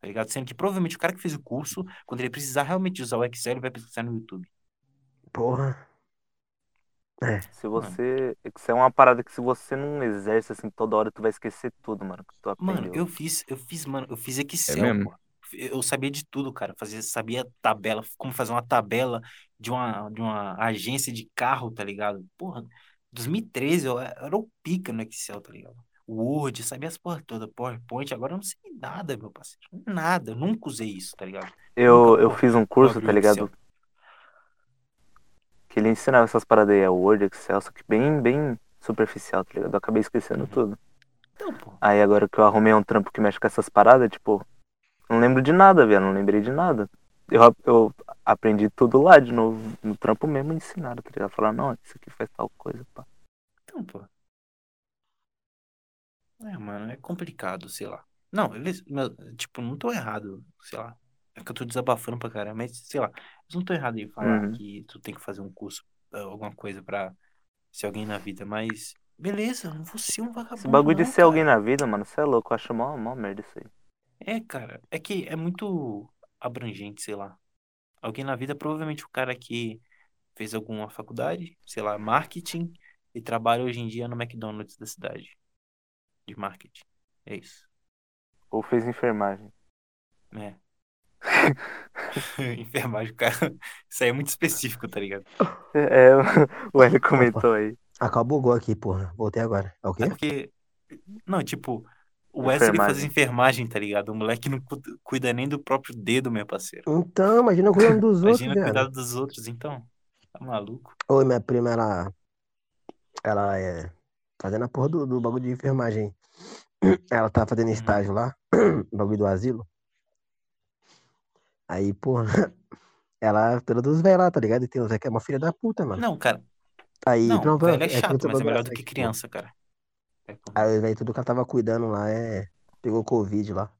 [SPEAKER 3] tá ligado? Sendo que provavelmente o cara que fez o curso, quando ele precisar realmente usar o Excel, ele vai precisar no YouTube.
[SPEAKER 4] Porra. É.
[SPEAKER 1] Se você. Isso é uma parada que se você não exerce assim toda hora, tu vai esquecer tudo, mano. Que tu aprendeu.
[SPEAKER 3] Mano, eu fiz, eu fiz, mano, eu
[SPEAKER 1] É
[SPEAKER 3] fiz Excel,
[SPEAKER 2] mesmo?
[SPEAKER 3] pô. Eu sabia de tudo, cara. Fazia, sabia tabela, como fazer uma tabela de uma, de uma agência de carro, tá ligado? Porra, 2013 eu era o pica no Excel, tá ligado? Word, eu sabia as porra toda, PowerPoint, agora eu não sei nada, meu parceiro. Nada, eu nunca usei isso, tá ligado?
[SPEAKER 1] Eu,
[SPEAKER 3] Nunca,
[SPEAKER 1] eu
[SPEAKER 3] pô,
[SPEAKER 1] fiz um curso,
[SPEAKER 3] abri
[SPEAKER 1] tá
[SPEAKER 3] o
[SPEAKER 1] ligado?
[SPEAKER 3] Excel.
[SPEAKER 1] Que ele ensinava essas paradas aí, é Word, Excel, só que bem, bem superficial, tá ligado? Eu acabei
[SPEAKER 3] Uhum.
[SPEAKER 1] esquecendo tudo.
[SPEAKER 3] Então, pô.
[SPEAKER 1] Aí agora que eu arrumei um trampo que mexe com essas paradas, tipo, não lembro de nada, velho, não lembrei de nada. Eu, eu aprendi tudo lá de novo, no trampo mesmo ensinaram, tá ligado? Falaram, não, isso aqui faz tal coisa, pá.
[SPEAKER 3] Então, pô. É, mano, é complicado, sei lá. Não, eles, meu, tipo, não tô errado, sei lá. É que eu tô desabafando pra caramba, mas sei lá. Eles não tô errado em falar
[SPEAKER 1] Uhum.
[SPEAKER 3] que tu tem que fazer um curso, eh, alguma coisa pra ser alguém na vida, mas beleza, eu não vou ser um vagabundo.
[SPEAKER 1] Esse bagulho de
[SPEAKER 3] não,
[SPEAKER 1] ser
[SPEAKER 3] cara.
[SPEAKER 1] alguém na vida, mano, você é louco, eu acho mó, mó merda isso aí.
[SPEAKER 3] É, cara, é que é muito abrangente, sei lá. Alguém na vida, provavelmente o cara que fez alguma faculdade, sei lá, marketing, e trabalha hoje em dia no McDonald's da cidade. De marketing. É isso.
[SPEAKER 1] Ou fez enfermagem.
[SPEAKER 3] É. Enfermagem, cara. Isso aí é muito específico, tá ligado?
[SPEAKER 1] É, o Hélio comentou aí.
[SPEAKER 4] Acabou o gol aqui, porra. Voltei agora. É o quê?
[SPEAKER 3] É porque. Não, tipo, o Wesley
[SPEAKER 1] Enfermagem.
[SPEAKER 3] faz enfermagem, tá ligado? O moleque não cu- cuida nem do próprio dedo, meu parceiro.
[SPEAKER 4] Então, imagina cuidando dos outros,
[SPEAKER 3] Imagina
[SPEAKER 4] viado.
[SPEAKER 3] cuidar dos outros, então. Tá maluco?
[SPEAKER 4] Oi, minha prima, ela. Ela é. Fazendo a porra do, do bagulho de enfermagem. Ela tá
[SPEAKER 3] Uhum.
[SPEAKER 4] fazendo estágio lá, bagulho do asilo. Aí, porra. Ela, pela dos velhos lá, tá ligado? E tem os velhos que é uma filha da puta, mano.
[SPEAKER 3] Não, cara.
[SPEAKER 4] Aí,
[SPEAKER 3] Não,
[SPEAKER 4] pronto,
[SPEAKER 3] velho é
[SPEAKER 4] que
[SPEAKER 3] chato,
[SPEAKER 4] outro
[SPEAKER 3] mas é
[SPEAKER 4] bagulho
[SPEAKER 3] melhor
[SPEAKER 4] assim,
[SPEAKER 3] do que
[SPEAKER 4] tipo,
[SPEAKER 3] criança, cara. É, pô.
[SPEAKER 4] Aí, velho, tudo que ela tava cuidando lá é. Pegou Covid lá.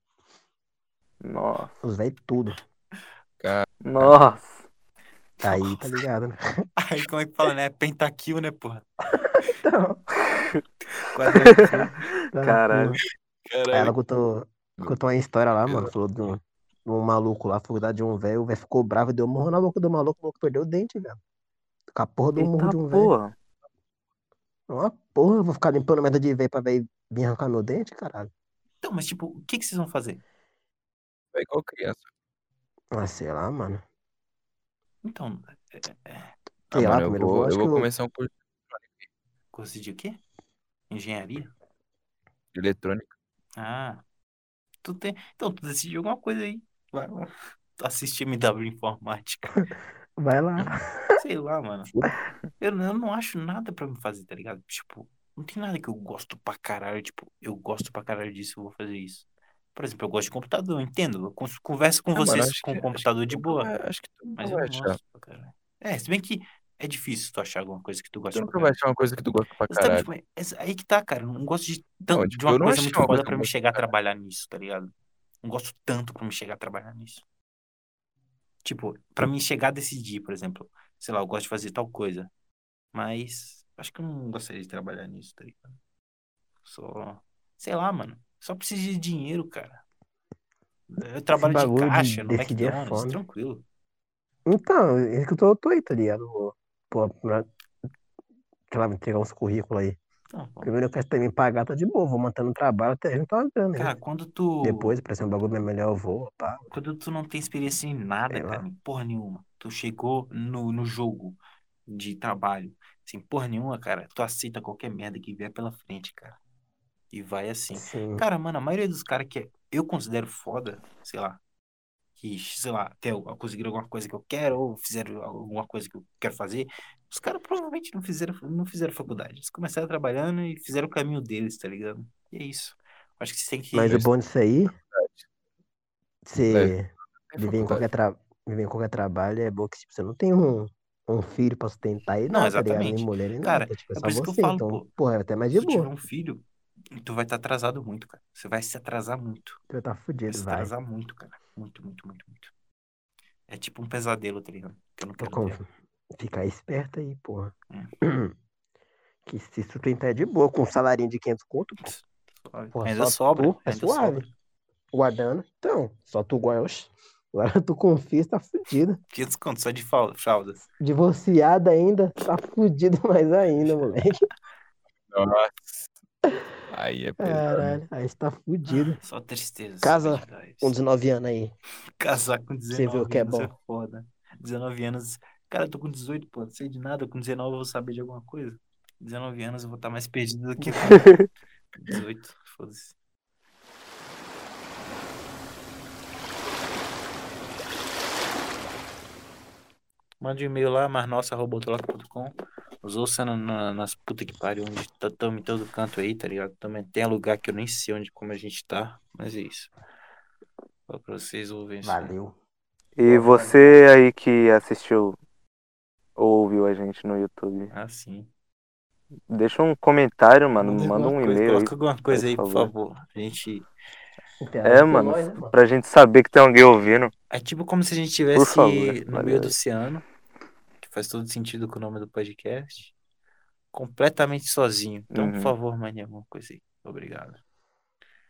[SPEAKER 1] Nossa,
[SPEAKER 4] Os velhos, tudo.
[SPEAKER 1] nossa.
[SPEAKER 4] Aí, tá ligado, né?
[SPEAKER 3] Aí como é que fala, né? Pentakill, né, porra?
[SPEAKER 4] Então,
[SPEAKER 3] Quadradinho.
[SPEAKER 4] tá,
[SPEAKER 1] Caralho.
[SPEAKER 4] Aí ela contou, contou uma história lá, mano. Falou de um, de um maluco lá, foi cuidar de um velho. O velho ficou bravo, deu um murro na boca do maluco. O maluco perdeu o dente, velho. Com a porra do murro
[SPEAKER 1] Eita
[SPEAKER 4] de um velho.
[SPEAKER 1] porra.
[SPEAKER 4] Uma porra, eu vou ficar limpando merda de velho pra velho vir arrancar meu dente, caralho.
[SPEAKER 3] Então, mas tipo, o que que vocês vão fazer?
[SPEAKER 2] É igual criança.
[SPEAKER 4] Ah, sei lá, mano.
[SPEAKER 3] Então,
[SPEAKER 2] Ah,
[SPEAKER 4] Sei lá,
[SPEAKER 2] mano, eu
[SPEAKER 4] primeiro eu
[SPEAKER 2] vou,
[SPEAKER 4] acho
[SPEAKER 2] eu vou
[SPEAKER 4] que eu-
[SPEAKER 2] começar um curso
[SPEAKER 3] curso de o quê? Engenharia?
[SPEAKER 2] de eletrônica.
[SPEAKER 3] Ah, tu tem... Então, tu decidiu alguma coisa aí. Vai lá. Tu assiste MW Informática.
[SPEAKER 4] Vai lá.
[SPEAKER 3] Sei lá, mano. Eu, eu não acho nada pra me fazer, tá ligado? Tipo, não tem nada que eu gosto pra caralho. Tipo, eu gosto pra caralho disso, eu vou fazer isso. Por exemplo, eu gosto de computador, eu entendo. Eu cons- converso com
[SPEAKER 2] Ah, mano,
[SPEAKER 3] vocês
[SPEAKER 2] acho
[SPEAKER 3] com
[SPEAKER 2] que-
[SPEAKER 3] o computador de boa.
[SPEAKER 2] Ah, acho que tu nunca
[SPEAKER 3] Mas eu
[SPEAKER 2] vai
[SPEAKER 3] não
[SPEAKER 2] achar.
[SPEAKER 3] gosto pra caralho. É, se bem que é difícil tu achar alguma coisa que tu
[SPEAKER 2] Tu
[SPEAKER 3] gosta pra
[SPEAKER 2] nunca vai
[SPEAKER 3] caralho.
[SPEAKER 2] achar uma coisa que tu gosta pra caralho.
[SPEAKER 3] Exatamente, mas essa- tipo, é, aí que tá, cara. Eu Não gosto de tanto
[SPEAKER 2] Não,
[SPEAKER 3] de
[SPEAKER 2] tipo,
[SPEAKER 3] uma
[SPEAKER 2] eu não
[SPEAKER 3] coisa
[SPEAKER 2] achei
[SPEAKER 3] muito
[SPEAKER 2] uma
[SPEAKER 3] foda
[SPEAKER 2] coisa
[SPEAKER 3] pra
[SPEAKER 2] que eu
[SPEAKER 3] me
[SPEAKER 2] gosto
[SPEAKER 3] chegar a
[SPEAKER 2] pra caralho.
[SPEAKER 3] trabalhar nisso, tá ligado? Não gosto tanto pra me chegar a trabalhar nisso. Tipo, pra mim chegar a decidir, por exemplo, sei lá, eu gosto de fazer tal coisa. Mas acho que eu não gostaria de trabalhar nisso, tá ligado? Só, sei lá, mano. Só preciso de dinheiro, cara. Eu trabalho de
[SPEAKER 4] bagulho de
[SPEAKER 3] caixa no
[SPEAKER 4] decidir é
[SPEAKER 3] McDonald's,
[SPEAKER 4] foda.
[SPEAKER 3] tranquilo.
[SPEAKER 4] Então, é que eu tô, eu tô aí, tá ligado? Vou- Pô, pra, sei lá, entregar uns currículos aí.
[SPEAKER 3] Então, pô.
[SPEAKER 4] Primeiro eu quero também pagar, tá de boa. Vou mantendo o trabalho até juntar uma grana, né?
[SPEAKER 3] cara, quando tu.
[SPEAKER 4] Depois, pra ser um bagulho bem melhor, eu vou, pá.
[SPEAKER 3] Quando tu não tem experiência em nada,
[SPEAKER 4] Sei
[SPEAKER 3] cara, em porra nenhuma. Tu chegou no, no jogo de trabalho, sem porra nenhuma, cara, tu aceita qualquer merda que vier pela frente, cara. E vai assim.
[SPEAKER 4] Sim.
[SPEAKER 3] Cara, mano, a maioria dos caras que é, eu considero foda, sei lá, que, sei lá, até eu conseguiram alguma coisa que eu quero, ou fizeram alguma coisa que eu quero fazer, os caras provavelmente não fizeram, não fizeram faculdade. Eles começaram trabalhando e fizeram o caminho deles, tá ligado? E é isso. Acho que você tem que.
[SPEAKER 4] Mas É. o bom disso aí, você
[SPEAKER 2] Tem
[SPEAKER 4] viver em,
[SPEAKER 2] faculdade.
[SPEAKER 4] qualquer tra... viver em qualquer trabalho é bom que tipo, você não tem um, um filho pra sustentar e
[SPEAKER 3] Não,
[SPEAKER 4] nada, tá ligado? Nem
[SPEAKER 3] exatamente.
[SPEAKER 4] mulher, nem
[SPEAKER 3] Cara,
[SPEAKER 4] nada. Tipo, é
[SPEAKER 3] é
[SPEAKER 4] só
[SPEAKER 3] por isso que eu
[SPEAKER 4] você.
[SPEAKER 3] falo,
[SPEAKER 4] então,
[SPEAKER 3] pô.
[SPEAKER 4] porra, é até mais de
[SPEAKER 3] Se tu tiver
[SPEAKER 4] boa.
[SPEAKER 3] um filho, tu vai estar atrasado muito, cara. Você vai se atrasar muito.
[SPEAKER 4] Você tá
[SPEAKER 3] Vai
[SPEAKER 4] fudido,
[SPEAKER 3] se
[SPEAKER 4] vai.
[SPEAKER 3] atrasar muito, cara. Muito, muito, muito, muito. É tipo um pesadelo, tá ligado? É. Que eu não quero
[SPEAKER 4] Então,
[SPEAKER 3] ter.
[SPEAKER 4] Ficar esperto aí, porra. Que se sustentar é de boa, com um salarinho de 500 conto, pô.
[SPEAKER 3] Suave.
[SPEAKER 4] Porra,
[SPEAKER 3] ainda
[SPEAKER 4] só tu,
[SPEAKER 3] sobra.
[SPEAKER 4] é
[SPEAKER 3] ainda
[SPEAKER 4] suave.
[SPEAKER 3] sobra.
[SPEAKER 4] guardando. Então, só tu guarda. Oxi, Agora eu tô com FIS, tá fudida.
[SPEAKER 3] 500 conto só de fal- fralda.
[SPEAKER 4] Divorciada ainda, tá fudido mais ainda, moleque.
[SPEAKER 2] Nossa. Aí é pesado.
[SPEAKER 4] Caralho, aí você tá fudido.
[SPEAKER 3] Só tristeza. só
[SPEAKER 4] Casa
[SPEAKER 3] perdões.
[SPEAKER 4] Com 19 anos aí.
[SPEAKER 3] Casar com 19
[SPEAKER 4] Você vê o que é
[SPEAKER 3] anos
[SPEAKER 4] bom.
[SPEAKER 3] foda. 19 anos. Cara, eu tô com 18, pô. Não sei de nada. Com 19 eu vou saber de alguma coisa. 19 anos eu vou estar mais perdido do que. com 18, foda-se. Mande um e-mail lá, masnossa.com. Nos ouça na, na, nas puta que pariu, onde estamos em todo canto aí, tá ligado? Também tem lugar que eu nem sei onde, como a gente tá, mas é isso. Fala pra vocês ouvirem isso aí.
[SPEAKER 4] Valeu.
[SPEAKER 1] E você aí que assistiu ou ouviu a gente no YouTube,
[SPEAKER 3] Ah, sim.
[SPEAKER 1] deixa um comentário, mano. Manda um
[SPEAKER 3] alguma coisa,
[SPEAKER 1] e-mail aí
[SPEAKER 3] Coloca alguma coisa aí, por
[SPEAKER 1] favor.
[SPEAKER 3] favor. A gente.
[SPEAKER 1] É, mano.
[SPEAKER 4] né,
[SPEAKER 1] pra gente saber que tem alguém ouvindo.
[SPEAKER 3] É tipo como se a gente
[SPEAKER 1] Por
[SPEAKER 3] estivesse
[SPEAKER 1] favor,
[SPEAKER 3] no meio
[SPEAKER 1] valeu.
[SPEAKER 3] do oceano, que faz todo sentido com o nome do podcast, completamente sozinho. Então, por
[SPEAKER 1] Uhum.
[SPEAKER 3] favor, mande alguma coisa aí. Obrigado.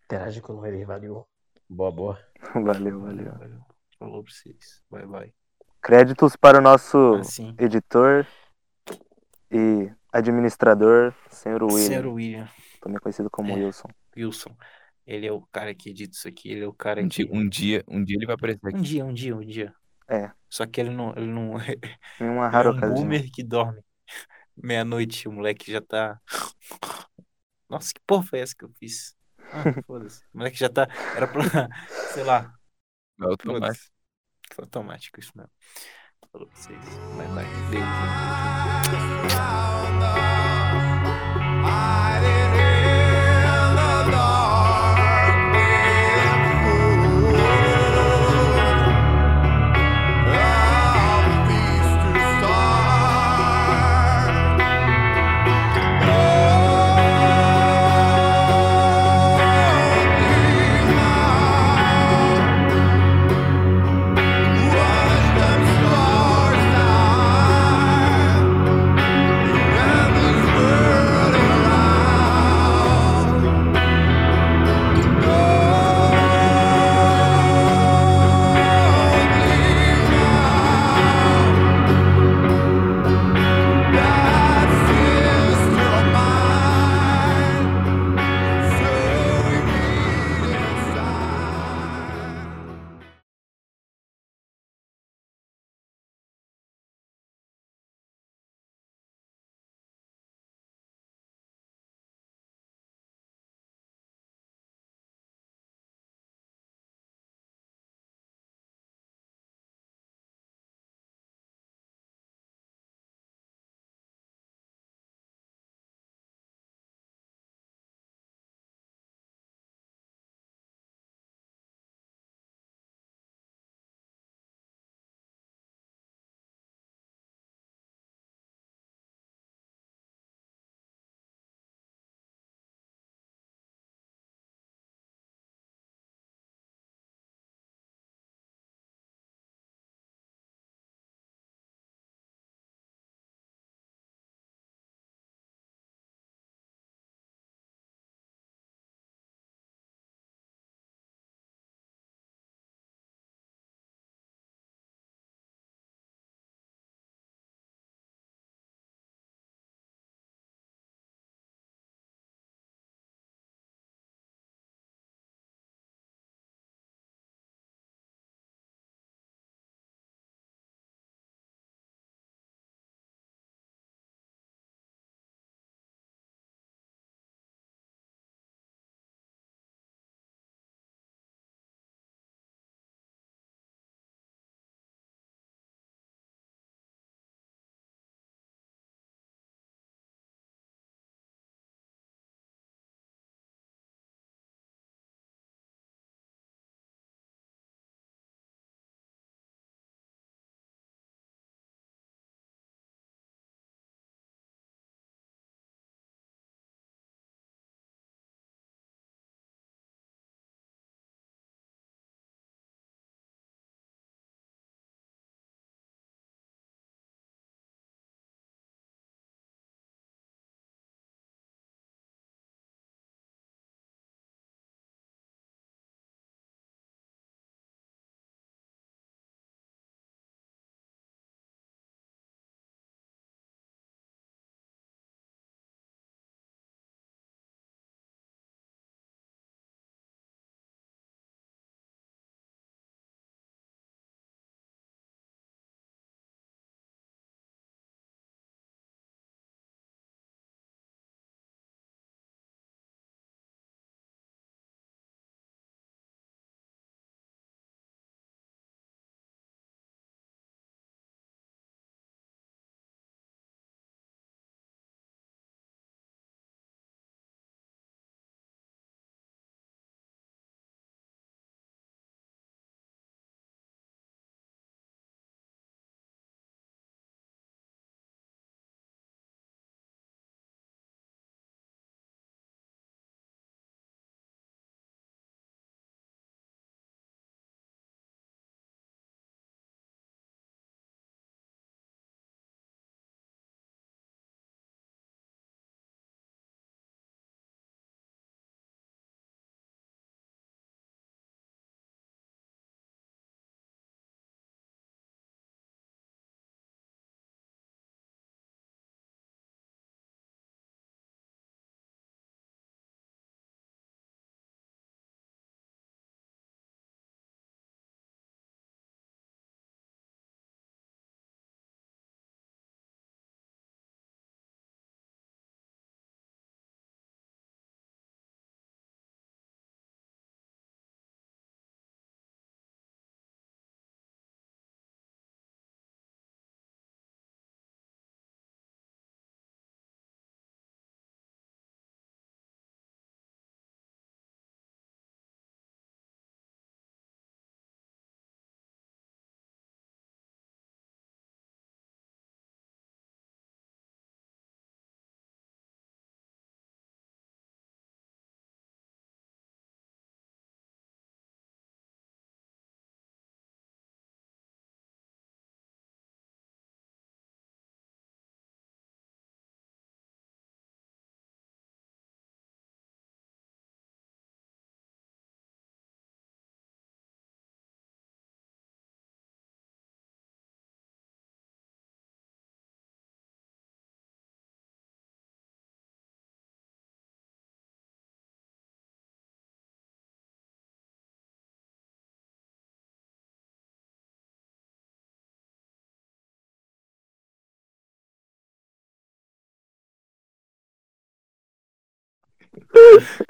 [SPEAKER 4] Interage com ele, valeu. Boa, boa.
[SPEAKER 1] Valeu, valeu.
[SPEAKER 3] valeu. Falou pra vocês. Bye, bye.
[SPEAKER 1] Créditos para o nosso
[SPEAKER 3] Assim.
[SPEAKER 1] editor e administrador, senhor William.
[SPEAKER 3] Senhor William
[SPEAKER 1] Também conhecido como
[SPEAKER 3] É.
[SPEAKER 1] Wilson.
[SPEAKER 3] Wilson. Ele é o cara que edita isso aqui. Ele é o cara
[SPEAKER 2] Um
[SPEAKER 3] que.
[SPEAKER 2] dia, um, dia, um dia ele vai aparecer aqui.
[SPEAKER 3] Um dia, um dia, um dia.
[SPEAKER 1] É.
[SPEAKER 3] Só que ele não. Ele não...
[SPEAKER 1] Em uma
[SPEAKER 3] Ele
[SPEAKER 1] rara
[SPEAKER 3] é um
[SPEAKER 1] ocasião.
[SPEAKER 3] boomer que dorme meia-noite, o moleque já tá. Nossa, que porra foi essa que eu fiz? Ah, foda-se. O moleque já tá. Era pra. Sei lá.
[SPEAKER 2] Vai automático.
[SPEAKER 3] foda-se. Foi automático isso mesmo. Falou pra vocês. Bye, bye. Beijo.
[SPEAKER 5] Stars now, and the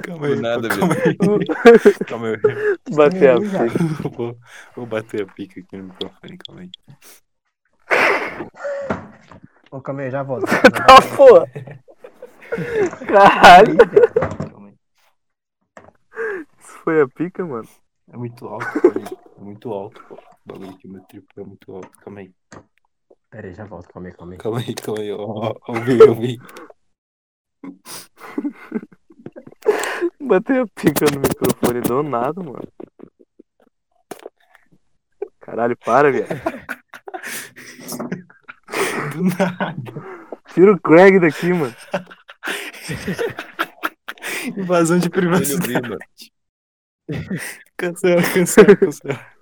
[SPEAKER 3] Calma aí,
[SPEAKER 2] nada,
[SPEAKER 3] calma aí. Calma aí.
[SPEAKER 1] Bati a
[SPEAKER 4] Sim, já.
[SPEAKER 1] pica.
[SPEAKER 3] Eu Vou, vou bater a pica aqui no microfone, calma aí.
[SPEAKER 4] Ô, calma aí, já volto.
[SPEAKER 1] Tá, pô. Caralho.
[SPEAKER 3] Calma aí.
[SPEAKER 1] Isso foi a pica, mano.
[SPEAKER 3] É muito alto, calma aí. É muito alto, pô. O bagulho aqui, meu tripé é muito alto. Calma aí.
[SPEAKER 4] Pera aí, já volto, calma aí, calma aí.
[SPEAKER 3] Calma aí, calma aí. Ó, ó, ouvi, ouvi.
[SPEAKER 1] Bati a pica no microfone do nada, mano. Caralho, para, viado.
[SPEAKER 3] Do nada.
[SPEAKER 1] Tira o Craig daqui, mano.
[SPEAKER 3] Invasão de
[SPEAKER 2] Ele
[SPEAKER 3] privacidade.
[SPEAKER 2] brilha.
[SPEAKER 3] Cancela, cancela, cancela.